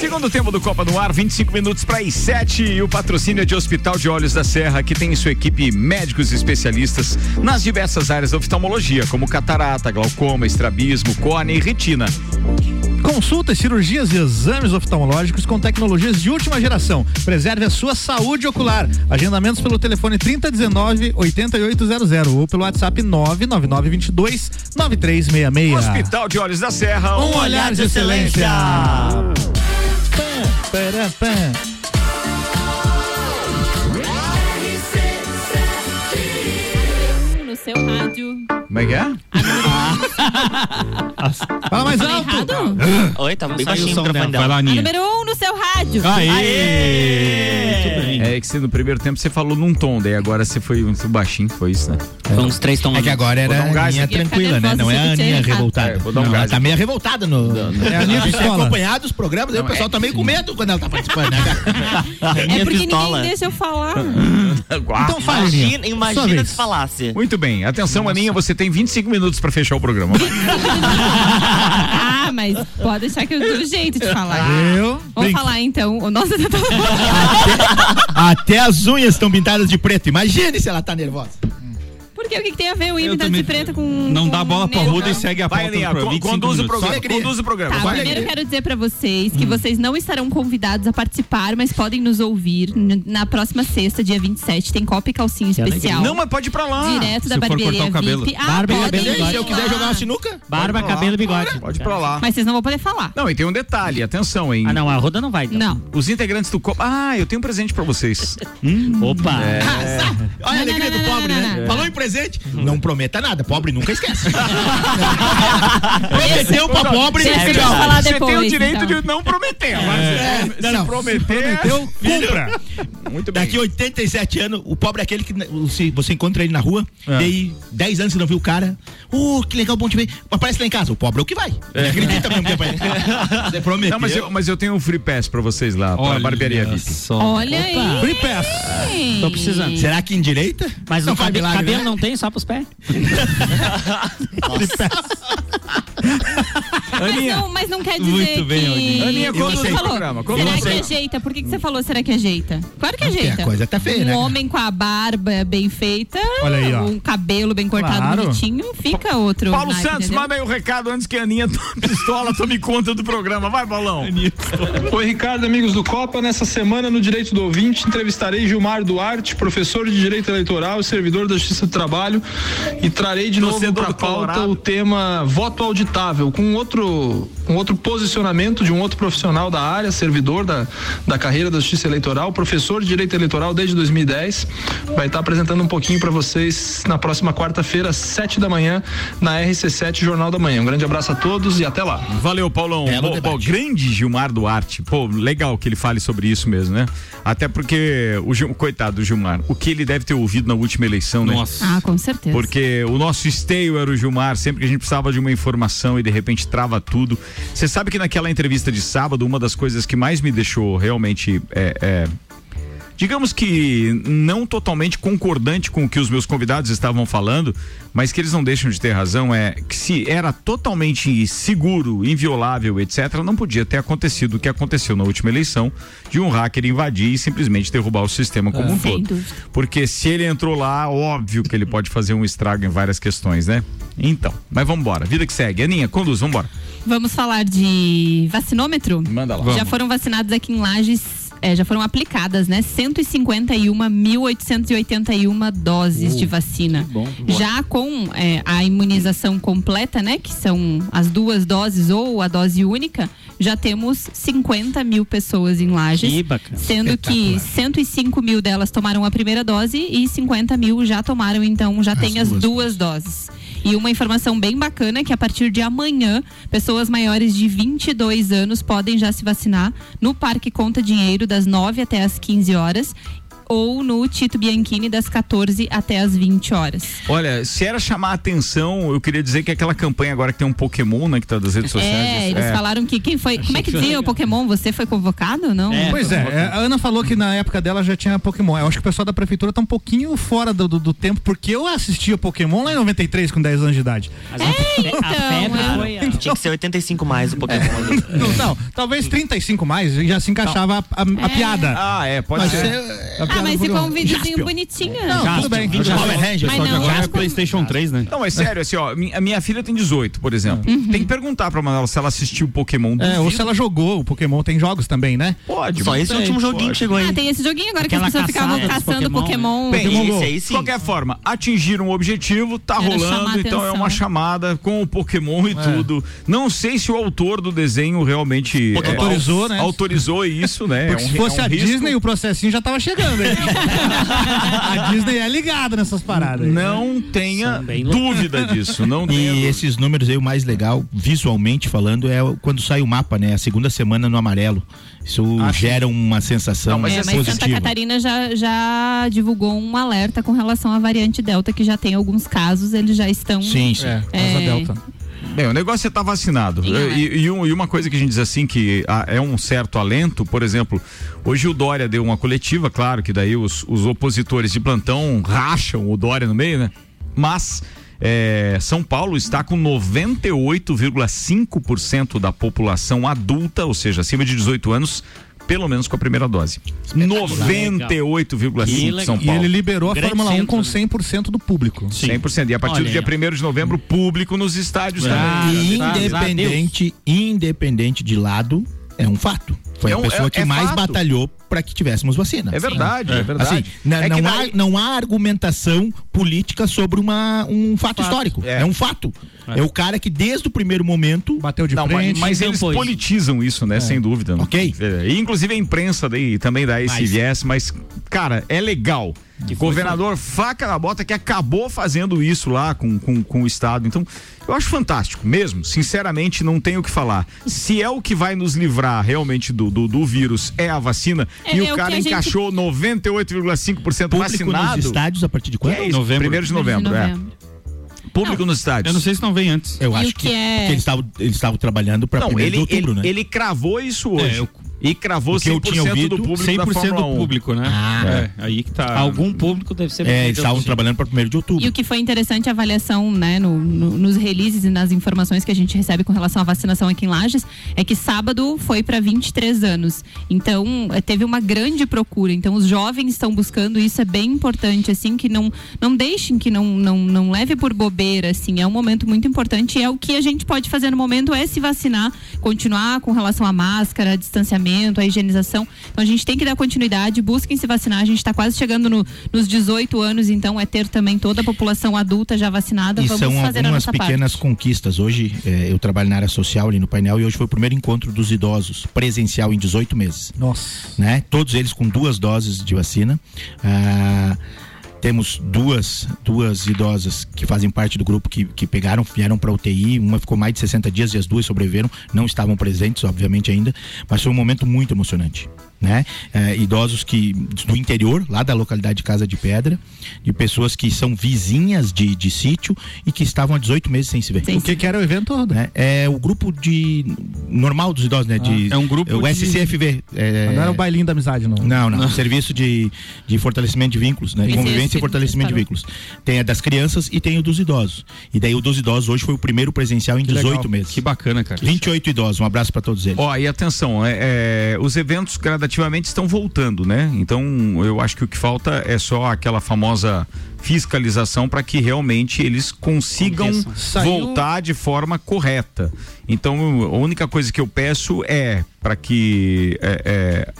S1: Segundo tempo do Copa no Ar, 25 minutos para as 7 e o patrocínio é de Hospital de Olhos da Serra, que tem em sua equipe médicos especialistas nas diversas áreas da oftalmologia, como catarata, glaucoma, estrabismo, córnea e retina.
S8: Consultas, cirurgias e exames oftalmológicos com tecnologias de última geração. Preserve a sua saúde ocular. Agendamentos pelo telefone 3019-8800 ou pelo WhatsApp 99922-9366.
S1: Hospital de Olhos da Serra,
S8: Um olhar de excelência.
S1: Pam,
S8: pam, pam.
S7: um Seu rádio.
S1: Como é que é?
S8: Fala mais
S7: Falei
S8: alto.
S7: errado?
S5: Oi, tava bem
S1: Não saiu
S6: um
S5: baixinho
S1: o
S5: o
S1: som
S9: um
S5: microfone
S1: dela. Vai lá,
S5: dela.
S9: Ah,
S7: A
S1: Aninha.
S7: número um no seu rádio.
S1: Aê! É que você, no primeiro tempo você falou num tom, daí agora você foi muito baixinho, foi isso, né?
S9: Foi uns três tons. É que agora
S1: Vou
S9: era
S1: dar um
S9: a
S1: gás
S9: Aninha
S1: aqui.
S9: tranquila, né? Não é a Aninha revoltada.
S1: vou dar um
S9: Não,
S1: gás
S9: ela tá
S1: aqui.
S9: meio revoltada no.
S1: não.
S9: É a Aninha
S1: Não,
S9: que tem
S1: pistola.
S9: acompanhado os programas, aí o
S1: Não,
S9: pessoal
S1: é
S9: tá meio com medo quando ela tá participando. né?
S7: É porque ninguém deixa eu falar.
S1: então
S5: fala, Aninha. Imagina- imagina Sua vez. se falasse.
S1: Muito bem. Atenção, Aninha, você tem 25 minutos pra fechar o programa.
S7: Ah, mas pode deixar que eu dou um jeito de falar.
S9: Eu?
S7: Vamos falar então. O nosso
S9: Até as unhas estão pintadas de preto. Imagine se ela tá nervosa.
S7: Por quê? O que, que tem a ver o Imita de Preta com.
S4: Não dá bola pra Ruda e
S7: Não.
S4: segue a
S1: Vai,
S4: pauta do
S1: Aninha,
S4: programa.
S1: con-
S4: 25
S1: conduz o
S4: minutos.
S1: programa,
S4: Só Hum. alegria.
S1: conduz o programa.
S7: Tá,
S1: Vai,
S7: primeiro
S1: Alegria.
S7: quero dizer pra vocês que vocês não estarão convidados a participar, mas podem nos ouvir n- na próxima sexta, dia 27. Tem copa e calcinha especial.
S1: Não, mas pode ir pra lá.
S7: Direto da barbearia VIP. Ah,
S1: Barba e
S7: podem
S1: cabelo,
S7: ir
S1: bigode.
S7: lá.
S1: Se eu quiser jogar uma sinuca?
S6: Barba,
S1: Pode pra
S6: cabelo,
S1: lá.
S6: bigode.
S1: Pode ir pra lá.
S7: Mas vocês não vão poder falar.
S1: Não, e tem um detalhe, atenção, hein? Ah,
S6: não, a Roda não vai. então.
S7: Não.
S1: Os integrantes do Copa. Ah, eu tenho um presente pra vocês.
S6: Hum.
S1: É.
S6: Opa!
S9: Olha a alegria do pobre, né? Falou em presente? Não prometa nada. Pobre nunca esquece. Prometeu pra pobre,
S1: Você
S9: é
S1: tem-
S9: tchau.
S1: você tem o direito de
S6: então.
S1: não prometer. Mas
S9: É.
S1: se prometer,
S9: prometeu, cumpra.
S1: Muito
S9: bem. Daqui 87 anos, o pobre é aquele que né, você, você encontra ele na rua,
S1: É.
S9: daí 10 anos você não viu o cara. Ô, que legal, bom te ver. Aparece lá em casa, o pobre é o que vai. Ele acredita mesmo que aparece. Você prometeu.
S1: Não, mas eu, mas eu tenho um free pass pra vocês lá, pra barbearia VIP.
S7: Olha aí.
S9: Free pass.
S6: Tô precisando.
S9: Será que endireita?
S6: É. Mas não
S9: faz
S6: cabe,
S9: milagre,
S6: cabelo
S9: né?
S6: não tem, só pros pés?
S7: Mas não, mas não quer dizer
S6: Muito bem,
S7: que...
S6: Aninha. Aninha,
S7: que
S6: conduz
S7: você
S6: o
S7: falou,
S6: programa, conduz
S7: Será
S6: o
S7: que
S6: programa.
S7: ajeita? Por que, que você falou será que ajeita? Claro que
S9: Porque a
S7: ajeita.
S9: coisa tá feia,
S7: um
S9: né?
S7: homem com a barba bem feita,
S1: Olha aí, ó.
S7: um cabelo bem cortado,
S1: Claro.
S7: bonitinho, fica outro.
S1: Paulo
S7: naipe,
S1: Santos,
S7: entendeu?
S1: manda aí o recado antes que a Aninha tome pistola tome conta do programa. Vai, Paulão.
S17: Oi, Ricardo, amigos do Copa. Nessa semana, no Direito do Ouvinte, entrevistarei Gilmar Duarte, professor de Direito Eleitoral e servidor da Justiça do Trabalho, e trarei de novo
S1: Torcedor
S17: para
S1: do
S17: pauta
S1: Colorado.
S17: o tema voto auditável, com outro, um outro posicionamento de um outro profissional da área, servidor da, da carreira da Justiça Eleitoral, professor de Direito Eleitoral desde 2010. Vai estar apresentando um pouquinho para vocês na próxima quarta-feira, às sete da manhã, na RC7 Jornal da Manhã. Um grande abraço a todos e até lá.
S1: Valeu, Paulão. Pô, pô, grande Gilmar Duarte. Pô, legal que ele fale sobre isso mesmo, né? Até porque, o Gil- coitado do Gilmar, o que ele deve ter ouvido na última eleição, né? Nossa.
S7: Ah, com certeza.
S1: Porque o nosso esteio era o Gilmar, sempre que a gente precisava de uma informação e de repente trava tudo. Você sabe que naquela entrevista de sábado, uma das coisas que mais me deixou realmente. é, é, digamos que não totalmente concordante com o que os meus convidados estavam falando, mas que eles não deixam de ter razão, é que se era totalmente seguro, inviolável, etc., não podia ter acontecido o que aconteceu na última eleição de um hacker invadir e simplesmente derrubar o sistema como um
S7: Ah, Sem
S1: todo.
S7: dúvida.
S1: Porque se ele entrou lá, óbvio que ele pode fazer um estrago em várias questões, né? Então, mas vamos embora. Vida que segue. Aninha, conduz, vamos embora.
S7: Vamos falar de vacinômetro?
S1: Manda lá.
S7: Já
S1: Vamos.
S7: foram vacinados aqui em Lages, é, já foram aplicadas, né? 151.881 doses
S16: Uh,
S7: de vacina.
S16: bom.
S7: Já com é, a imunização completa, né? Que são as duas doses ou a dose única, já temos 50 mil pessoas em Lages.
S6: Que bacana.
S7: Sendo que 105 mil delas tomaram a primeira dose e 50 mil já tomaram, então já tem as duas doses. E uma informação bem bacana é que a partir de amanhã, pessoas maiores de 22 anos podem já se vacinar no Parque Conta Dinheiro das 9 até as 15 horas ou no Tito Bianchini das 14 até as 20 horas.
S1: Olha, se era chamar a atenção, eu queria dizer que aquela campanha agora que tem um Pokémon, né, que tá das redes sociais.
S7: É, eles falaram que quem foi, como é que dizia o Pokémon, você foi convocado? Não.
S8: pois
S5: tá
S8: é, é, a Ana falou que na época dela já tinha Pokémon. Eu acho que o pessoal da prefeitura tá um pouquinho fora do, do- do tempo, porque eu assistia Pokémon lá em 93 com 10 anos de idade.
S5: É, então, Tinha que ser 85 mais o Pokémon.
S8: É. Não, não, talvez 35 mais já se encaixava a, a- a
S7: É.
S8: piada.
S1: Ah, é, pode
S8: Mas
S1: ser.
S8: é- a
S7: Ah,
S8: piada
S7: mas
S8: do
S7: ficou um
S8: Pokémon.
S7: videozinho
S8: Jaspion.
S7: bonitinho.
S8: Não, tudo bem. Eu já- Power Rangers,
S7: Mas não,
S1: agora
S7: eu
S1: é
S7: acho que-
S1: PlayStation 3, né? Não, mas sério, assim, ó, mi- a minha filha tem 18, por exemplo.
S7: Uhum.
S1: Tem que perguntar pra Manuela se ela assistiu Pokémon.
S8: É, ou se ela jogou, o Pokémon tem jogos também, né?
S1: Pode, mas tem, pode.
S7: Ah, tem esse joguinho agora que as pessoas ficavam caçando Pokémon.
S8: um
S1: Bem, de qualquer forma, atingiram o objetivo, tá
S7: Era chamar
S1: rolando,
S7: a
S1: então é
S7: atenção.
S1: uma chamada com o Pokémon e
S8: É.
S1: tudo. Não sei se o autor do desenho realmente é,
S8: Porque autorizou, né?
S1: autorizou isso, né?
S8: Porque
S1: É um-
S8: se fosse
S1: é um
S8: a
S1: risco.
S8: Disney, o processinho já tava chegando. Disney. a Disney é ligada nessas paradas.
S9: Não tenha dúvida disso. Não e esses números aí, o mais legal, visualmente falando, é o- quando sai o mapa, né? A segunda semana no amarelo. Isso gera uma sensação
S7: é, mas Santa
S9: positiva.
S7: Catarina já, já divulgou um alerta com relação à variante Delta, que já tem alguns casos, eles já estão. é,
S1: Bem, o negócio é estar vacinado. E, e um- e uma coisa que a gente diz assim, que ah, é um certo alento, por exemplo, hoje o Dória deu uma coletiva, claro que daí os, os opositores de plantão racham o Dória no meio, né? Mas. é, São Paulo está com 98,5% da população adulta, ou seja, acima de 18 anos, pelo menos com a primeira dose. 98,5% São
S8: E
S1: Paulo.
S8: ele liberou a
S1: Grande
S8: Fórmula 1
S1: centro,
S8: com 100% do público.
S1: 100%. E a partir
S8: Olha
S1: do
S8: aí,
S1: dia 1 de novembro, público nos estádios
S9: Ah,
S1: também.
S9: independente, independente de lado, é um fato. Foi
S1: É
S9: a
S1: um-
S9: pessoa
S1: é-
S9: que
S1: é
S9: mais
S1: fato.
S9: batalhou para que tivéssemos vacina.
S1: É verdade, é verdade.
S9: Assim, na-
S1: É que
S9: não,
S1: daí-
S9: há, não há argumentação política sobre uma, um fato, histórico. É. um fato. É. o cara que desde o primeiro momento bateu de
S1: Não, mas, mas eles politizam isso,
S7: É.
S1: né? Sem dúvida. Ok. E, inclusive a imprensa daí também dá esse
S9: Mas-
S1: viés, mas, cara, é legal. Governador faca na bota que acabou fazendo isso lá com, com, com o Estado. Então, eu acho fantástico mesmo. Sinceramente, não tenho o que falar. Se é o que vai nos livrar realmente do, do, do vírus, é a vacina,
S7: É,
S1: e
S7: é o
S1: o
S7: que
S1: cara
S7: a gente-
S1: encaixou 98,5% vacinado.
S9: nos estádios a partir de quando?
S1: É isso,
S9: Novembro.
S1: Primeiro de novembro,
S9: Primeiro de
S1: é. Público nos estádios. Eu não
S9: sei se não vem antes. Eu
S1: E
S9: acho
S1: o
S9: que,
S1: que é-
S9: porque eles estavam eles estavam trabalhando para
S1: Não,
S9: 1
S1: ele,
S9: de outubro,
S1: ele,
S9: né?
S1: ele cravou isso hoje.
S9: É, eu-
S1: E cravou
S9: O que eu
S1: 100%
S9: tinha ouvido,
S1: do público 100%
S4: 100%
S1: da Fórmula
S4: do
S1: 1.
S4: público, né?
S9: Ah.
S4: É, aí que tá.
S9: Algum
S4: público deve ser.
S9: É, eles estavam trabalhando para 1 de outubro.
S7: E o que foi interessante a avaliação, né, no- no- nos releases e nas informações que a gente recebe com relação à vacinação aqui em Lages, é que sábado foi para 23 anos. Então, eh, teve uma grande procura. Então, os jovens estão buscando isso, é bem importante, assim, que não, não deixem, que não, não, não um leve por bobeira, assim. É um momento muito importante e é o que a gente pode fazer no momento é se vacinar, continuar com relação à máscara, a distanciamento, a higienização. Então, a gente tem que dar continuidade, busquem se vacinar. A gente está quase chegando no- nos 18 anos, então é ter também toda a população adulta já vacinada.
S9: E
S7: Vamos
S9: são
S7: fazer a
S9: algumas
S7: nossa
S9: pequenas conquistas. Hoje eh, eu trabalho na área social ali no painel e hoje foi o primeiro encontro dos idosos, presencial em 18 meses.
S8: Nossa.
S9: Né? Todos eles com duas doses de vacina. Ah, temos duas, duas idosas que fazem parte do grupo que, que pegaram, vieram para UTI. Uma ficou mais de 60 dias e as duas sobreviveram. Não estavam presentes, obviamente, ainda. Mas foi um momento muito emocionante. Né? Eh, idosos que do interior, lá da localidade de Casa de Pedra, de pessoas que são vizinhas de, de sítio e que estavam há 18 meses sem se ver.
S8: O que, que era o evento todo?
S9: Né? É o grupo de normal dos idosos, né? De,
S8: Ah, é um grupo
S9: O
S8: de- um
S9: SCFV. é-
S8: Não era o bailinho da amizade, não.
S9: não, não. Serviço de, de fortalecimento de vínculos, né?
S8: Esse-
S9: Convivência
S8: esse-
S9: e fortalecimento de
S8: parou.
S9: vínculos. Tem a das crianças e tem o dos idosos. E daí o dos idosos hoje foi o primeiro presencial em 18
S1: legal.
S9: meses. Que bacana, cara. 28 idosos. Um abraço pra todos eles.
S1: Ó, e atenção, é, é, os eventos gradativamente estão voltando, né? Então, eu acho que o que falta é só aquela famosa fiscalização para que realmente eles consigam
S8: Saiu-
S1: voltar de forma correta. Então, a única coisa que eu peço é para que é, é,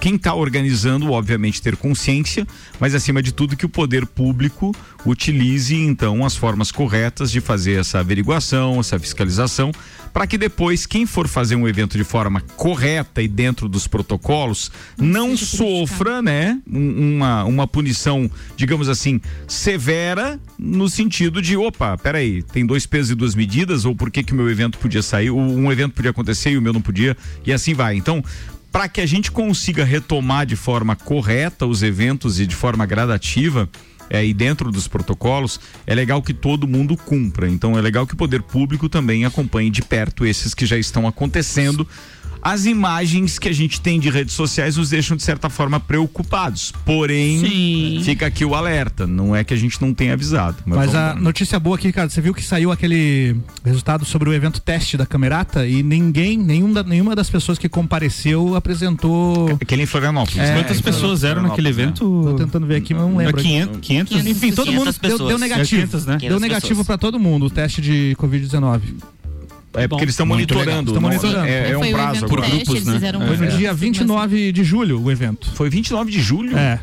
S1: quem está organizando, obviamente, ter consciência, mas acima de tudo que o poder público utilize então as formas corretas de fazer essa averiguação, essa fiscalização, para que depois quem for fazer um evento de forma correta e dentro dos protocolos não sofra, né, um- uma, uma punição, digamos assim, severa no sentido de, opa, peraí, tem dois pesos e duas medidas ou por que que o meu evento podia sair, ou um evento podia acontecer e o meu não podia e assim vai. Então, para que a gente consiga retomar de forma correta os eventos e de forma gradativa é, e dentro dos protocolos, é legal que todo mundo cumpra. Então é legal que o poder público também acompanhe de perto esses que já estão acontecendo. As imagens que a gente tem de redes sociais nos deixam, de certa forma, preocupados. Porém, fica aqui o alerta. Não é que a gente não tenha avisado.
S8: Mas
S1: vamos
S8: a notícia boa aqui, cara, você viu que saiu aquele resultado sobre o evento teste da Camerata e ninguém, nenhum da- nenhuma das pessoas que compareceu apresentou. É,
S1: Aquele em Florianópolis. é.
S4: né? Quantas pessoas eram naquele
S8: Tô tentando ver aqui, mas não lembro.
S4: Era 500, 500?
S8: Enfim,
S4: 500
S8: todo mundo deu- deu,
S4: pessoas.
S8: negativo.
S4: 500, né?
S8: Deu negativo pra todo mundo o teste de Covid-19.
S1: É porque eles estão
S8: Muito
S1: monitorando.
S8: legal.
S1: não-
S8: Estão monitorando.
S1: É, é um prazo agora.
S9: né? É.
S1: É.
S8: Foi no dia 29 de julho o evento.
S1: Foi 29 de julho?
S8: É.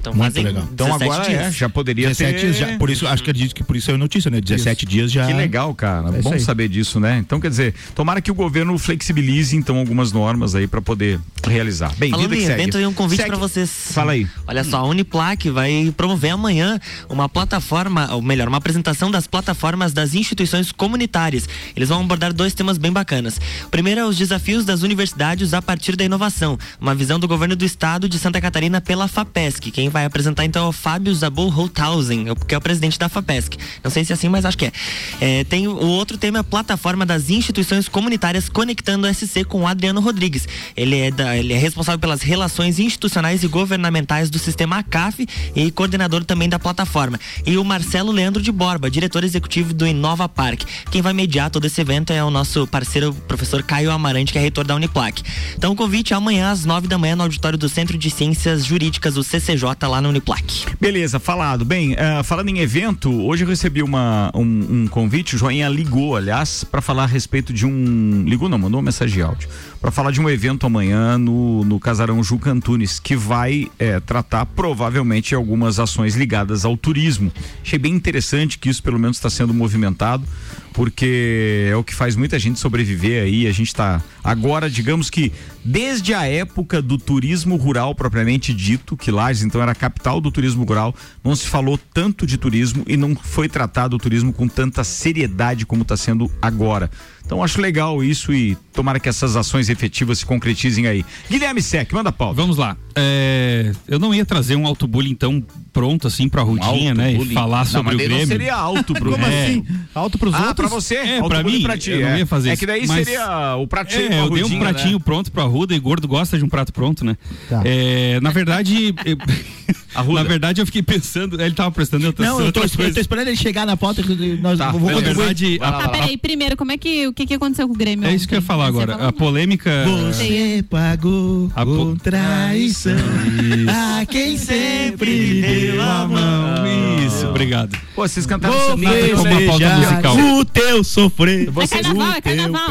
S5: Então
S9: Muito
S5: fazem
S9: legal. Então
S5: 17
S9: agora
S5: dias.
S9: é, já poderia 17
S1: ter-
S9: dias já. Por isso, acho que acredito que por isso é notícia, né? 17 dias já. É
S1: Que legal, cara.
S9: isso
S1: Bom
S9: aí.
S1: saber disso, né? Então, quer dizer, tomara que o governo flexibilize, então, algumas normas aí para poder realizar. Bem,
S5: Falando
S1: vida que
S5: em
S1: segue.
S5: evento, eu tenho um convite
S1: Segue.
S5: para vocês.
S1: Fala aí.
S5: Olha só, a Uniplac vai promover amanhã uma plataforma, ou melhor, uma apresentação das plataformas das instituições comunitárias. Eles vão abordar dois temas bem bacanas. O primeiro é os desafios das universidades a partir da inovação, uma visão do governo do estado de Santa Catarina pela FAPESC. Quem vai apresentar então é o Fábio Zabou Holthausen, que é o presidente da FAPESC. Não sei se é assim, mas acho que é. É, tem o outro tema é a plataforma das instituições comunitárias conectando o SC com o Adriano Rodrigues. Ele é, da- ele é responsável pelas relações institucionais e governamentais do sistema ACAF e coordenador também da plataforma. E o Marcelo Leandro de Borba, diretor executivo do Inova Parque. Quem vai mediar todo esse evento é o nosso parceiro o professor Caio Amarante, que é reitor da Uniplac. Então o convite é amanhã às nove da manhã no auditório do Centro de Ciências Jurídicas, o CCJ, lá na Uniplac.
S1: Beleza, falado. Bem, ah, falando em evento, hoje eu recebi uma, um, um convite, o Joinha ligou, aliás, para falar a respeito de um. Ligou não, mandou uma mensagem de áudio. Para falar de um evento amanhã no, no Casarão Juca Antunes, que vai eh, tratar provavelmente algumas ações ligadas ao turismo. Achei bem interessante que isso pelo menos está sendo movimentado, porque é o que faz muita gente sobreviver aí. A gente está agora, digamos que desde a época do turismo rural propriamente dito, que Lages então era a capital do turismo rural, não se falou tanto de turismo e não foi tratado o turismo com tanta seriedade como está sendo agora. Então acho legal isso e tomara que essas ações efetivas se concretizem aí. Guilherme Sec, manda pau.
S4: Vamos lá. É, eu não ia trazer um autobullying tão pronto assim pra rodinha, né? E
S1: autobullying.
S4: falar
S1: Não,
S4: sobre
S1: mas
S4: o
S1: daí não
S4: Grêmio.
S1: seria auto, Bruno.
S4: Como
S1: É.
S4: assim?
S8: Alto pros
S1: ah,
S8: outros?
S1: pra você?
S4: É, pra
S1: Autobullying
S4: mim,
S1: pra ti,
S4: eu não
S1: é.
S4: ia fazer
S1: É
S4: isso,
S1: que daí
S4: mas-
S1: seria o pratinho
S4: É,
S1: com a
S4: eu dei um
S1: rodinha, né?
S4: pratinho pronto pra Ruda e gordo gosta de um prato pronto, né?
S2: Tá.
S4: É, na verdade. eu- na verdade, eu fiquei pensando. Ele tava prestando atenção.
S2: Não,
S4: em
S2: eu tô,
S4: outras
S2: eu tô
S4: coisas.
S2: esperando ele chegar na pauta que nós
S9: Tá,
S2: eu vou
S4: na verdade, a-
S7: Tá,
S9: Ah.
S7: peraí, primeiro, como é que. O que, que aconteceu com o Grêmio?
S4: É isso que eu ia falar agora. A polêmica.
S2: Você pagou
S4: A po-
S2: com traição
S9: Ah,
S2: a quem sempre deu a
S1: Ah.
S2: mão.
S4: Isso, obrigado.
S1: Pô, vocês cantaram
S2: Vou
S1: samba aí como uma pauta musical.
S2: O teu sofrer.
S1: Vocês,
S2: carnaval, é carnaval.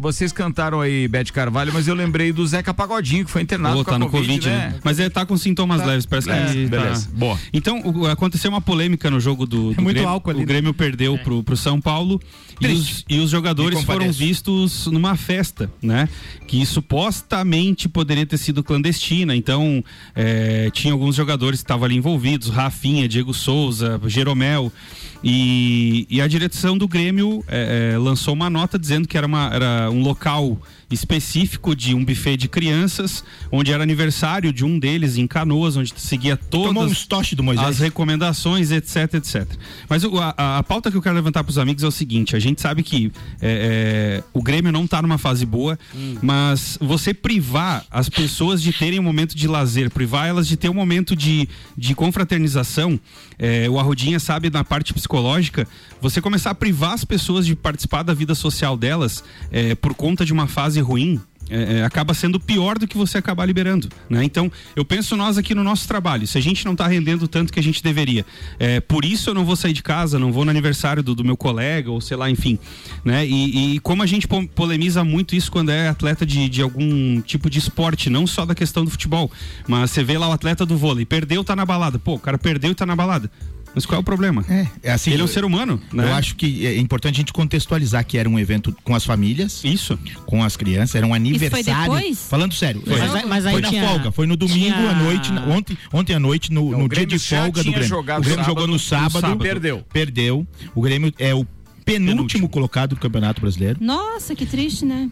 S1: Vocês cantaram aí Bete Carvalho, mas eu lembrei do Zeca Pagodinho, que foi internado
S4: Ou
S1: com a
S4: tá no
S1: Covid,
S4: Covid,
S1: né?
S4: né? Mas ele tá com sintomas leves, parece que
S1: É,
S4: ele tá-
S1: beleza. Boa.
S4: Então, o- aconteceu uma polêmica no jogo do,
S1: É
S4: do
S8: muito
S4: Grêmio.
S8: álcool ali,
S4: o Grêmio
S1: né?
S4: perdeu pro, pro São Paulo e os, e os jogadores
S8: Me
S4: foram
S8: compadeço.
S4: vistos numa festa, né? Que supostamente poderia ter sido clandestina. Então, é, tinha alguns jogadores que estavam ali envolvidos, Rafinha, Diego Souza, Jeromel. E, e a direção do Grêmio é, é, lançou uma nota dizendo que era, uma- era um local específico de um buffet de crianças, onde era aniversário de um deles em Canoas, onde seguia
S9: Tomou um
S4: todas
S9: estoche do Moisés.
S4: as recomendações, etc, etc. Mas o- a- a, a pauta que eu quero levantar para os amigos é o seguinte: a gente sabe que é, é, o Grêmio não está numa fase boa,
S9: Hum.
S4: mas você privar as pessoas de terem um momento de lazer, privar elas de ter um momento de, de confraternização, é, o Arrudinha sabe na parte psicológica, você começar a privar as pessoas de participar da vida social delas é, por conta de uma fase ruim, é, é, acaba sendo pior do que você acabar liberando, né? Então, eu penso nós aqui no nosso trabalho, se a gente não tá rendendo tanto que a gente deveria, é, por isso eu não vou sair de casa, não vou no aniversário do, do meu colega, ou sei lá, enfim, né? E, e como a gente po- polemiza muito isso quando é atleta de, de algum tipo de esporte, não só da questão do futebol, mas você vê lá o atleta do vôlei, perdeu, tá na balada, pô, o cara perdeu e tá na balada, mas qual é o problema? É,
S9: É assim,
S4: Ele é um
S9: eu-
S4: ser humano, né?
S9: Eu acho que é importante a gente contextualizar que era um evento com as famílias.
S4: Isso.
S9: Com as crianças, era um aniversário.
S6: depois?
S9: Falando sério.
S6: Foi. Mas aí- mas aí
S9: foi na
S6: tinha-
S9: folga, foi no domingo
S6: tinha-
S9: à noite, na- ontem, ontem à noite, no, no dia
S1: Grêmio
S9: de
S1: já
S9: folga do
S1: tinha
S9: Grêmio.
S1: jogado
S9: o Grêmio
S1: sábado,
S9: jogou no
S1: no
S9: sábado,
S1: sábado. Perdeu.
S9: Perdeu. O Grêmio é o penúltimo, colocado do Campeonato Brasileiro.
S7: Nossa, que triste, né?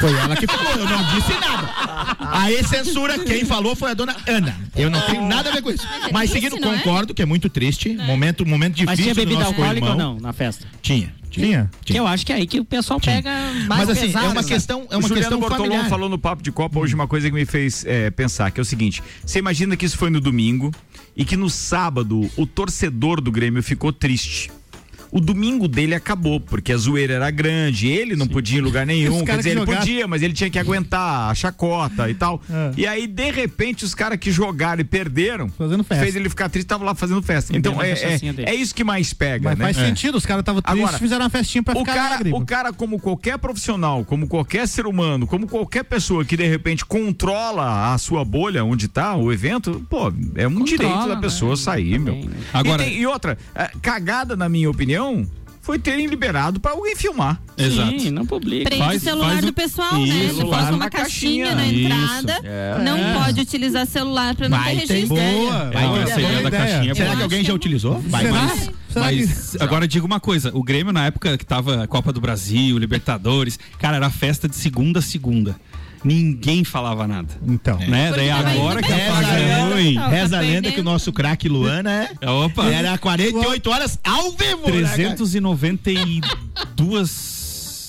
S9: Foi ela que falou, eu não disse nada. Aí censura, quem falou foi a dona Ana. Eu não tenho nada a ver com isso.
S6: Mas é
S9: Mas
S6: triste,
S9: seguindo,
S6: não é?
S9: concordo que é muito triste, momento, momento difícil
S6: Mas tinha
S9: do
S6: bebida
S9: nosso
S6: alcoólica ou
S9: co-irmão.
S6: não na festa?
S9: Tinha. Tinha.
S6: Que eu acho que é aí que o pessoal pega mais
S9: Mas, assim,
S6: pesado,
S9: é uma
S6: né?
S9: questão-
S1: o Juliano Bortolom falou no Papo de Copa hoje uma coisa que me fez é, pensar, que é o seguinte, você imagina que isso foi no domingo e que no sábado o torcedor do Grêmio ficou triste. O o domingo dele acabou, porque a zoeira era grande, ele não podia ir em lugar nenhum. Quer
S8: cara
S1: dizer,
S8: que
S1: ele
S8: jogaram-
S1: podia, mas ele tinha que aguentar a chacota e tal. E aí, de repente, os caras que jogaram e perderam, fez ele ficar triste, tava lá fazendo festa. Então,
S8: Dentro da
S1: é, é,
S8: cachaçinha dele.
S1: é isso que mais pega,
S8: Mas
S1: né?
S8: faz
S1: É.
S8: sentido, os caras estavam tristes,
S1: Agora,
S8: fizeram uma festinha pra
S1: o
S8: ficar
S1: cara,
S8: alegre.
S1: o cara, como qualquer profissional, como qualquer ser humano, como qualquer pessoa que de repente controla a sua bolha onde tá o evento, pô, é um direito da
S4: né?
S1: pessoa sair, meu.
S4: Agora-
S1: e, tem- e outra, eh, cagada na minha opinião, foi terem liberado pra alguém filmar.
S4: Exato. Sim,
S1: não publica.
S7: Prende o celular do pessoal, né? Você faz uma caixinha, na entrada. Não pode utilizar celular pra não ter registro. Tá,
S9: Boa,
S4: É,
S9: boa,
S4: essa ideia
S9: boa
S4: da
S9: ideia.
S4: caixinha.
S9: Será que alguém já utilizou? Vai,
S4: mas, mas agora diga uma coisa: o Grêmio, na época que tava a Copa do Brasil, Libertadores, cara, era festa de segunda a segunda. Ninguém falava nada.
S8: Então.
S7: É.
S4: Né? Daí agora que tá pagando.
S9: Reza, a lenda- reza a lenda que o nosso craque Luana é.
S4: Opa.
S9: Era 48 horas ao vivo, né, cara?
S4: 392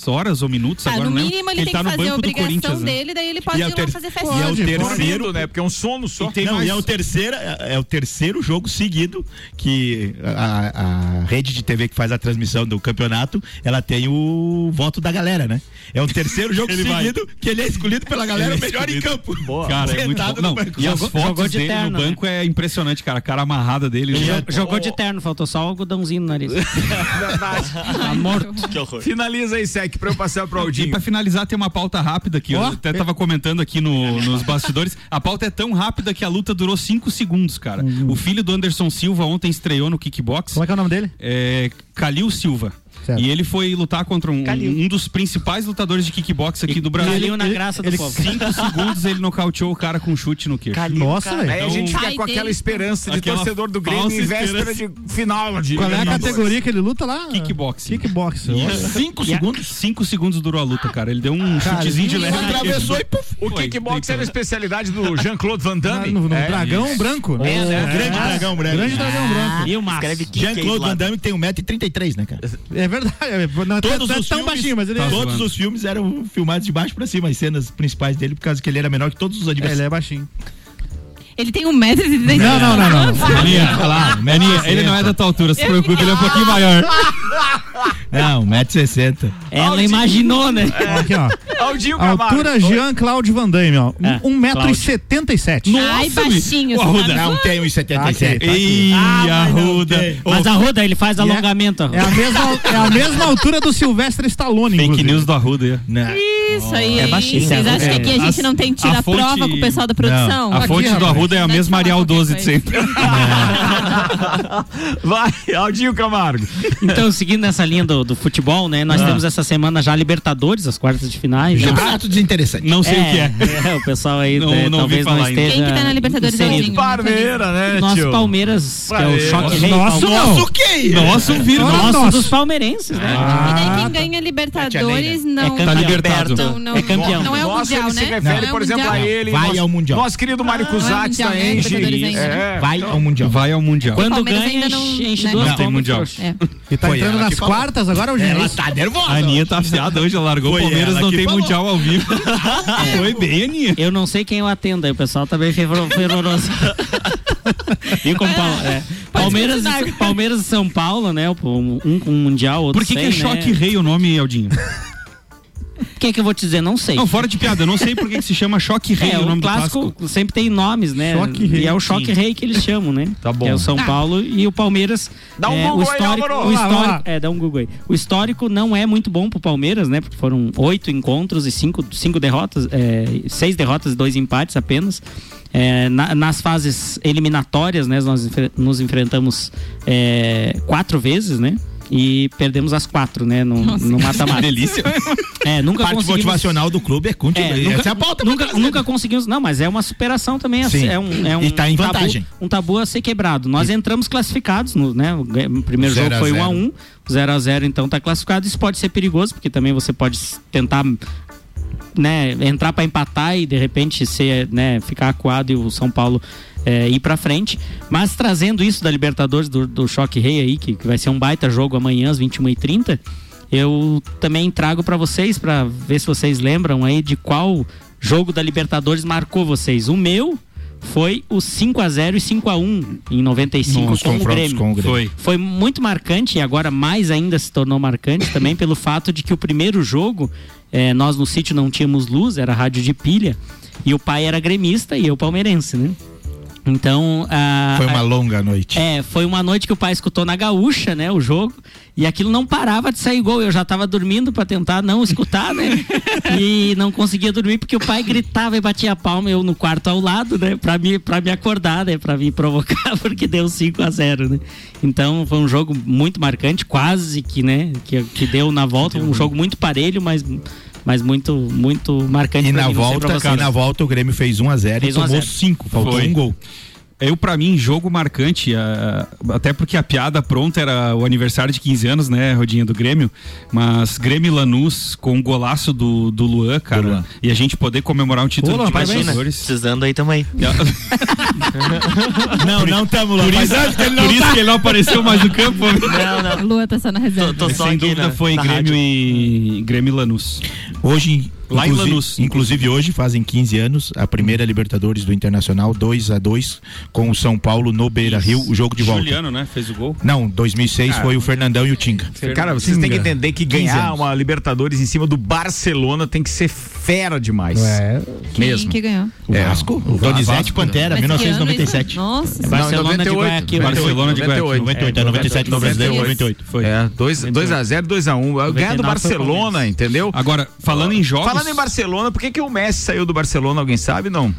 S4: horas ou minutos
S7: Tá,
S4: agora,
S7: no
S4: né?
S7: mínimo ele, tem
S4: tá
S7: que
S4: no
S7: fazer a
S4: banco do
S7: obrigação
S4: Corinthians, né?
S7: dele, daí ele pode ir lá fazer festa.
S9: e é o
S1: dormindo,
S9: terceiro,
S1: né? Porque é um sono só.
S9: E, tem mais- e é o terceiro, é é o terceiro jogo seguido que a, a- a rede de TV que faz a transmissão do campeonato, ela tem o voto da galera, né? É o terceiro jogo
S4: Ele vai.
S9: seguido que ele é escolhido pela galera
S4: Ele
S9: o
S4: é
S9: melhor em
S4: escolhido.
S9: campo.
S4: Cara, é muito
S9: Sentado
S4: bom. Não,
S9: no banco.
S4: e as
S9: Jogou-
S4: fotos
S9: jogou de
S4: dele
S9: terno,
S4: no
S9: né?
S4: banco é impressionante, cara. A cara amarrada dele.
S6: Ele
S4: né?
S6: jo- jogou de terno, faltou só o algodãozinho no nariz.
S1: Tá
S6: morto. Que
S1: horror. Finaliza aí, Sec, pra eu passar pro
S4: E
S1: Aldinho.
S4: pra finalizar, tem uma pauta rápida que eu
S1: Ó,
S4: até
S1: é-
S4: tava comentando aqui no- nos bastidores. A pauta é tão rápida que a luta durou 5 segundos, cara. O filho do Anderson Silva ontem estreou no kickbox. Como
S8: Uhum. é que é o nome dele?
S4: É Calil Silva. E ele foi lutar contra um, um dos principais lutadores de kickbox aqui do Brasil.
S6: Calil na graça do
S4: ele,
S6: povo.
S4: 5 segundos ele nocauteou o cara com um chute no queixo.
S8: Nossa, cara. velho.
S6: é
S1: Aí a
S6: um
S1: gente fica com aquela esperança de
S4: Aquela
S1: torcedor do Grêmio
S4: falsa
S1: em véspera de
S4: esperança.
S1: final de
S8: Qual é a
S4: Libertadores.
S8: categoria que ele luta lá?
S4: Kickboxing.
S1: Então,
S8: Kickboxing. Olha.
S4: 5 segundos? 5 segundos durou a luta, cara. Ele deu um
S8: Cara,
S4: chutezinho de
S8: ele
S4: leve.
S8: atravessou
S4: no queixo.
S8: e puf.
S1: O
S4: Foi.
S1: kickbox era a especialidade do Jean-Claude Van Damme.
S8: No, no dragão
S1: isso.
S8: branco?
S1: É, né?
S9: Grande
S1: É.
S9: dragão branco.
S8: Grande dragão branco. Ah.
S9: E o
S6: Max?
S9: Jean-Claude Van Damme tem 1,33m, né, cara?
S8: É verdade. é, Não,
S9: Todos
S8: não é
S9: os
S8: tão
S9: filmes-
S8: baixinho, mas ele
S9: todos os filmes eram filmados de baixo pra cima, as cenas principais dele, por causa que ele era menor que todos os adversários.
S8: Ele é baixinho.
S7: Ele tem um metro e trinta e
S9: Não, não, não, não.
S4: Meninha, Meninha, ele não é da tua altura, se preocupe, ele é um pouquinho maior.
S9: Não, 1,60m.
S6: Ela imaginou, né?
S9: É.
S8: Aqui, ó.
S1: Aldinho
S8: A
S1: Camargo.
S8: altura Jean-Claude Van Damme, ó.
S6: É,
S8: 1,77m.
S6: Ai, baixinho, você
S8: Ô, Arruda.
S6: tá
S8: Não,
S6: zoando.
S9: tem 1,77m.
S4: Ih, Arruda.
S6: Mas a Ruda, ele faz alongamento.
S8: É a, mesma, é a mesma altura do Silvestre Stallone,
S4: Fake news do Arruda.
S7: Isso aí,
S4: É
S7: hein?
S4: baixinho.
S7: Vocês
S4: É,
S7: acham que aqui a gente
S4: a-
S7: não tem que
S4: a
S7: tirar
S4: fonte-
S7: prova com o pessoal da produção?
S4: Não, a
S7: Aqui,
S4: fonte do
S7: rapaz.
S4: Arruda é a mesma Arial 12 de sempre.
S1: é Vai, Aldinho Camargo.
S6: Então, seguindo nessa linha do, do futebol, né? Nós temos essa semana já a Libertadores, as quartas de finais. né?
S9: Campeonato desinteressante.
S6: Não sei o que é. o pessoal aí
S4: Não-
S6: né,
S4: não ouvi
S6: talvez não
S4: falar ainda.
S6: esteja.
S7: Quem que tá na Libertadores
S6: inserido.
S7: Aldinho? Parmeira,
S1: né,
S6: Nosso
S1: tio?
S6: Palmeiras, que é o
S1: Parmeira.
S6: choque rei.
S1: Nosso
S6: Palmeiras.
S1: não. Nosso quê?
S6: Nosso vírus.
S1: Não é
S6: Nosso,
S1: nosso.
S6: dos palmeirenses, né?
S7: E daí quem ganha é Libertadores não
S6: É campeão. Tá libertado.
S7: Não, não,
S6: É campeão.
S7: não é o
S1: Nossa,
S7: Mundial,
S1: ele
S7: né?
S1: se refere,
S7: Não é o
S1: por exemplo, a
S7: Mundial.
S1: ele.
S9: Vai
S1: nosso-
S9: ao Mundial.
S1: Nosso querido Mário Cusatz
S7: Mundial,
S1: da
S7: né? Libertadores
S1: Engie.
S7: ainda, né?
S1: Vai
S9: ao Mundial.
S4: Vai ao Mundial.
S6: Quando
S7: Palmeiras
S6: ganha,
S7: ainda não-
S6: enche
S7: né?
S6: duas
S4: Não tem
S6: palmas.
S4: Mundial.
S7: É.
S8: E tá
S4: Foi
S8: entrando
S4: ela
S8: nas
S4: que falou.
S8: quartas agora, o
S9: Ela
S8: Diniz.
S7: Ah,
S9: tá
S4: A
S9: nervosa.
S4: Aninha tá afiada hoje, ela largou o
S9: Foi
S4: Palmeiras,
S9: ela
S4: não
S9: que
S4: tem
S9: falou.
S4: Mundial ao vivo. Foi bem, Aninha.
S6: Eu não sei quem eu atendo, aí o pessoal tá bem fervor- fervoroso. e com Pal- é. Palmeiras, e- Palmeiras e São Paulo, né? Um um com o Mundial, outro
S4: Por que, que é
S6: sem, né?
S4: choque rei o nome, Aldinho?
S6: O que, que eu vou te dizer? Não sei.
S4: Não, fora de piada, eu não sei por que que se chama choque rei
S6: É,
S4: o nome
S6: o clássico,
S4: do
S6: sempre tem nomes, né?
S4: Choque rei.
S6: E é o choque
S4: Sim.
S6: rei que eles chamam, né? Tá bom. Que é o São
S4: Ah.
S6: Paulo e o Palmeiras.
S4: Dá um
S6: é,
S4: Google
S6: o
S4: aí,
S6: histórico,
S4: Álvaro.
S6: o
S4: Vai lá, vai
S6: histórico,
S4: lá.
S6: é, dá um Google aí. O histórico não é muito bom pro Palmeiras, né? Porque foram oito encontros e cinco, cinco derrotas, é, seis derrotas e dois empates apenas. É, na- nas fases eliminatórias, né? Nós enfre- nos enfrentamos é, quatro vezes, né? E perdemos as quatro, né? No, no mata-mata.
S4: Delícia.
S6: É, nunca
S9: Parte
S6: conseguimos-
S9: motivacional do clube é contigo.
S6: é, nunca,
S9: Essa é a pauta. pra
S6: nunca,
S9: trazer.
S6: nunca conseguimos. Não, mas é uma superação também.
S9: Sim.
S6: É um, é um
S9: E tá em
S6: tabu-
S9: vantagem.
S6: um tabu a ser quebrado. Nós entramos classificados, no, né? O gan- o primeiro
S9: Zero a
S6: jogo foi
S9: zero.
S6: 1 a 1 0 a 0 então tá classificado. Isso pode ser perigoso, porque também você pode s- tentar né, entrar para empatar e de repente ser, né, ficar acuado e o São Paulo é, ir para frente. Mas trazendo isso da Libertadores, do, do Choque Rei aí, que, que vai ser um baita jogo amanhã às 21h30, eu também trago para vocês, para ver se vocês lembram aí de qual jogo da Libertadores marcou vocês. O meu foi o 5 a 0 e 5 a 1 em 95
S9: Nos
S6: com o,
S9: confrontos
S6: Grêmio.
S9: com o Grêmio.
S6: Foi. Foi muito marcante e agora mais ainda se tornou marcante também pelo fato de que o primeiro jogo, eh, nós no sítio não tínhamos luz, era rádio de pilha, e o pai era gremista e eu palmeirense, né? Então, a,
S9: Foi uma
S6: a-
S9: longa noite.
S6: é, foi uma noite que o pai escutou na gaúcha, né, o jogo, e aquilo não parava de sair gol. Eu já tava dormindo pra tentar não escutar, né? E não conseguia dormir porque o pai gritava e batia a palma eu no quarto ao lado, né, para me para me acordar, né, para me provocar, porque deu 5 a 0, né? Então, foi um jogo muito marcante, quase que, né, que, que deu na volta,
S9: né.
S6: um jogo muito parelho, mas mas muito muito marcante
S9: E
S6: pra
S9: na
S6: mim, é não sei pra
S9: volta,
S6: vocês.
S9: e na volta o Grêmio fez 1 a 0 e
S6: um
S4: Fez 1 a
S9: tomou
S4: 0.
S9: 5, faltou
S4: Foi.
S9: um gol.
S4: Eu, pra mim, jogo marcante, a- até porque a piada pronta era o aniversário de 15 anos, né, Rodinha, do Grêmio. Mas Grêmio e Lanús com o golaço do, do Luan, cara. E a gente poder comemorar um título de
S9: né?
S4: Libertadores.
S5: Precisando aí também.
S9: Não, não tamo
S4: Por isso, por
S9: tá.
S4: isso que ele não tá. apareceu mais no campo. né?
S7: Lua tá só na reserva.
S4: Sem dúvida foi Grêmio e Grêmio e Lanús.
S9: Hoje,
S4: Lá em
S9: inclusive,
S4: Lanús.
S9: inclusive hoje fazem 15 anos a primeira Libertadores do Internacional 2 a 2 com o São Paulo no Beira-Rio, o jogo de volta.
S4: Juliano, né, fez o gol.
S9: Não, 2006
S4: Cara,
S9: foi o Fernandão e o Tinga.
S1: Cara, vocês têm que entender que
S9: 15
S1: ganhar
S9: anos.
S1: uma Libertadores em cima do Barcelona tem que ser fera demais.
S9: É.
S1: Mesmo.
S7: Que ganhou.
S1: O É, Vasco? né?
S9: O Donizete Pantera,
S7: Mas que ano é isso?
S9: 1997.
S7: Nossa.
S6: Barcelona de Guayaquil.
S1: Barcelona de Guayaquil.
S9: 98, é, 97 no brasileiro, 98.
S1: Foi. É, 2x0, 2x1. Ganha do
S4: 99
S1: Barcelona, entendeu?
S4: Agora, falando em jogos.
S1: Falando em Barcelona, por que, que o Messi saiu do Barcelona? Alguém sabe, não?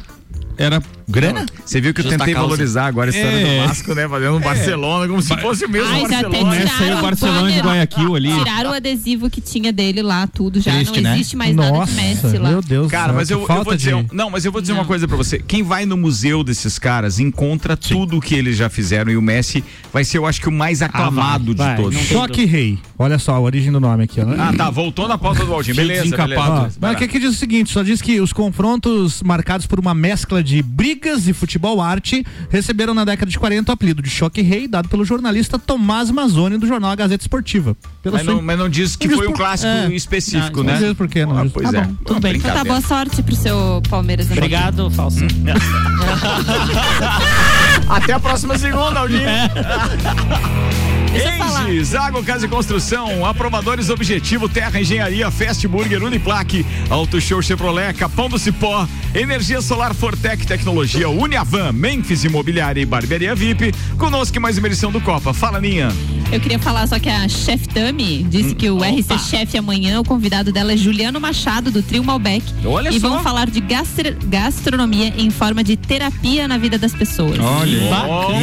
S4: Era
S1: grana? Você viu que eu
S4: Justa
S1: tentei
S4: causa.
S1: valorizar agora a história
S4: É.
S1: do Vasco, né? Fazendo um
S4: É.
S1: Barcelona, como se
S4: Ba-
S1: fosse o mesmo
S7: Ai, já até
S1: Barcelona.
S7: tiraram
S4: saiu é o Barcelona
S7: banner.
S4: de Guayaquil ali.
S7: Tiraram o adesivo que tinha dele lá, tudo já.
S1: Triste,
S7: não
S1: né?
S7: existe mais nada de Messi lá.
S1: Cara, mas eu, eu vou dizer, um- não, mas eu vou dizer
S7: Hum.
S1: uma coisa pra você. Quem vai no museu desses caras encontra tudo o que eles já fizeram e o Messi vai ser, eu acho que o mais aclamado de todos.
S8: Choque Rei. Olha só a origem do nome aqui. Ó.
S1: Ah, tá, voltou na pauta do Aldin. Beleza,
S8: Ó,
S1: beleza.
S8: mas
S1: Vai
S8: o
S1: lá.
S8: que aqui diz o seguinte, só diz que os confrontos marcados por uma mescla de brigas e futebol arte receberam na década de 40 o apelido de Choque Rei, dado pelo jornalista Tomás Mazzoni do jornal A Gazeta Esportiva. Pela
S1: Mas
S8: sua-
S1: não, mas não diz que
S8: Não diz
S1: foi o
S8: por-
S1: clássico
S8: é.
S1: específico,
S8: Não,
S1: né?
S8: não diz por quê, não
S1: Ah,
S8: diz.
S1: pois
S8: Tá
S1: é.
S8: bom,
S1: Uma
S7: Tudo bem. Então tá,
S1: brincadeira.
S7: boa sorte pro seu Palmeiras. então.
S6: Obrigado, Falso.
S4: Hum.
S1: Até a próxima segunda, Aldinho.
S7: É. Deixa eu falar.
S1: Enges, Água, Casa e Construção, Aprovadores Objetivo, Terra Engenharia, Fast Burger, Uniplaque, Auto Show Chevrolet, Capão do Cipó, Energia Solar Fortec Tecnologia, Uniavan, Memphis Imobiliária e Barbearia VIP. Conosco em mais uma edição do Copa. Fala, Ninha.
S7: Eu queria falar só que a Chef Tami
S1: Hum,
S7: disse que o RC Chef amanhã, o convidado dela é Juliano Machado, do Trio Malbec.
S1: Olha
S7: e
S1: só.
S7: vão falar de gastro- gastronomia em forma de terapia na vida das pessoas.
S4: Olha,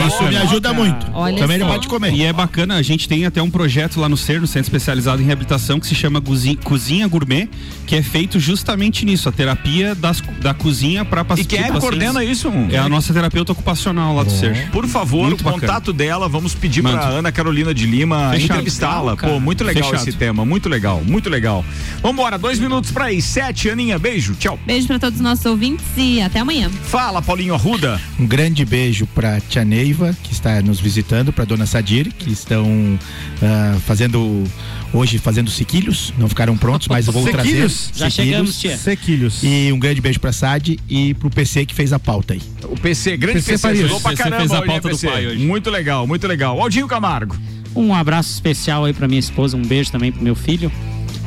S4: isso me ajuda muito.
S7: Olha Também só. não pode
S4: comer. E é bacana, a gente tem até um projeto lá no CER, no Centro Especializado em Reabilitação, que se chama Cozinha, Cozinha Gourmet, que é feito justamente nisso, a terapia das- da cozinha para
S1: E
S4: pacientes.
S1: quem é que coordena isso?
S4: É a nossa terapeuta ocupacional lá do CER.
S1: Por favor,
S4: Muito
S1: o
S4: bacana.
S1: contato dela, vamos pedir para
S4: Manda.
S1: Ana Carolina de Lima
S4: Fechado.
S1: entrevistá-la.
S4: Legal, cara.
S1: Pô, muito legal
S4: Fechado.
S1: esse tema, muito legal, muito legal. Vambora, dois minutos para aí. Sete, Aninha, beijo, tchau.
S7: Beijo pra todos os nossos ouvintes e até amanhã.
S1: Fala, Paulinho Arruda.
S9: Um grande beijo para Tia Neiva, que está nos visitando, para Dona Sadir, que estão ah, fazendo hoje fazendo sequilhos, não ficaram prontos, mas eu vou trazer.
S8: Sequilhos? Já chegamos, tia. Sequilhos.
S9: E um grande beijo para Sad e pro PC que fez a pauta aí.
S1: O PC, grande PC, ajudou pra caramba
S9: fez a
S1: hoje, né,
S9: pauta do
S1: PC?
S9: pai hoje.
S1: Muito legal, muito legal. Aldinho Camargo.
S6: Um abraço especial aí pra minha esposa, um beijo também pro meu filho,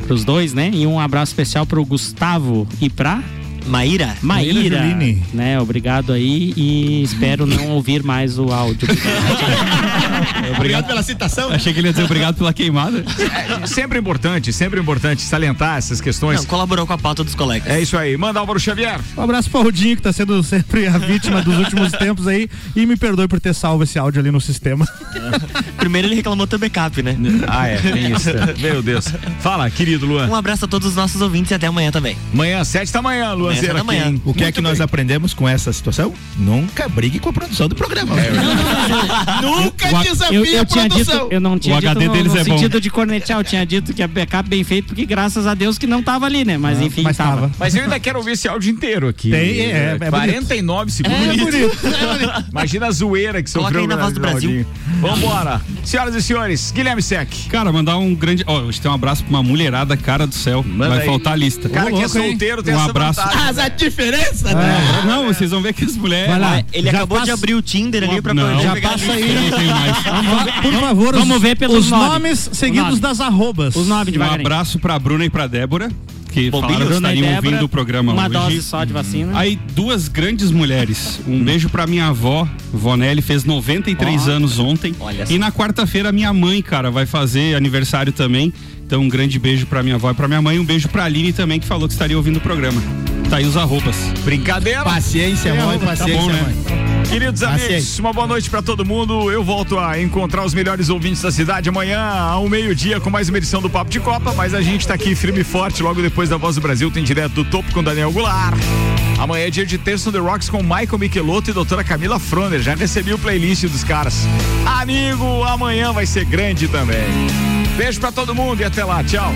S6: pros dois, né? E um abraço especial pro Gustavo e pra
S5: Maíra.
S6: Maíra,
S5: Maíra Juline.
S6: né? Obrigado aí e espero não ouvir mais o áudio.
S9: Obrigado pela citação.
S4: Achei que ele ia dizer obrigado pela queimada.
S1: É, sempre importante, sempre importante salientar essas questões.
S5: Não, colaborou com a pauta dos colegas.
S1: É isso aí. Manda Álvaro Xavier.
S8: Um abraço para o Rodinho, que tá sendo sempre a vítima dos últimos tempos aí. E me perdoe por ter salvo esse áudio ali no sistema.
S5: Primeiro ele reclamou teu backup, né?
S1: Ah, é, tem isso. Meu Deus. Fala, querido Luan.
S5: Um abraço a todos os nossos ouvintes e até amanhã também.
S1: Amanhã, sete da manhã, Luan
S5: Amanhã, sete
S1: Zera
S5: da
S1: aqui.
S5: manhã.
S1: hein?
S9: O que é que nós aprendemos com essa situação? Nunca brigue com a produção do programa.
S1: É
S9: né? Nunca
S6: O- eu,
S9: desafie
S6: eu
S9: a
S6: tinha dito,
S9: produção.
S6: eu não tinha
S9: O
S6: dito
S9: HD
S6: no,
S9: deles
S6: no
S9: é bom.
S6: sentido de cornetear, eu tinha dito que é backup bem feito, porque graças a Deus que não tava ali, né? Mas enfim, tava.
S1: Mas eu ainda quero ouvir esse áudio inteiro aqui.
S6: Tem, é, é bonito.
S1: 49 segundos.
S6: É bonito.
S1: Imagina a zoeira que
S4: Coloca
S1: sofreu.
S4: aí na voz do Brasil.
S1: Vambora. Senhoras e senhores, Guilherme Sec.
S4: Cara, mandar um grande. Ó, hoje tem um abraço pra uma mulherada, cara do céu. Vai
S1: aí.
S4: faltar a lista.
S1: Cara que é solteiro tem
S4: Um
S1: essa
S4: abraço
S1: vantagem.
S9: Ah,
S1: né?
S18: faz a diferença,
S5: É.
S4: né? Não, vocês vão ver que as mulheres.
S5: Vai lá. Ele acabou de abrir o Tinder ali pra
S4: não,
S5: poder
S4: já
S5: pegar
S4: passa
S5: a
S4: aí. né?
S5: lista.
S4: Não tem mais.
S8: Por favor, os-
S4: Vamos ver pelos
S8: os
S4: nove.
S8: nomes
S4: O
S8: seguidos
S4: nome.
S8: das arrobas.
S4: Os nove Um abraço pra Bruna e pra Débora, que
S6: Bobinho.
S4: falaram que
S6: Bruna e
S4: estariam
S6: Débora,
S4: ouvindo o programa
S6: uma
S4: hoje.
S6: dose só de vacina.
S4: Aí, duas grandes mulheres. Um beijo pra minha avó, vó Nelly, fez 93
S6: Ó.
S4: anos ontem.
S6: Olha
S4: e na quarta-feira, minha mãe, cara, vai fazer aniversário também. Então, um grande beijo pra minha avó e pra minha mãe. Um beijo pra Aline também, que falou que estaria ouvindo o programa. Tá aí os arrobas. Tá né?
S1: Brincadeira.
S9: Paciência,
S1: Tem
S9: mãe,
S1: arroba.
S9: paciência, mãe.
S1: Tá né? Queridos amigos,
S9: Paciência.
S1: uma boa noite pra todo mundo. Eu volto a encontrar os melhores ouvintes da cidade amanhã ao meio-dia com mais uma edição do Papo de Copa, mas a gente tá aqui firme e forte logo depois da Voz do Brasil, tem direto do topo com Daniel Goulart. Amanhã é dia de terça no The Rocks com Michael Michelotto e doutora Camila Fronder. Já recebi o playlist dos caras. Amigo, amanhã vai ser grande também. Beijo pra todo mundo e até lá. Tchau.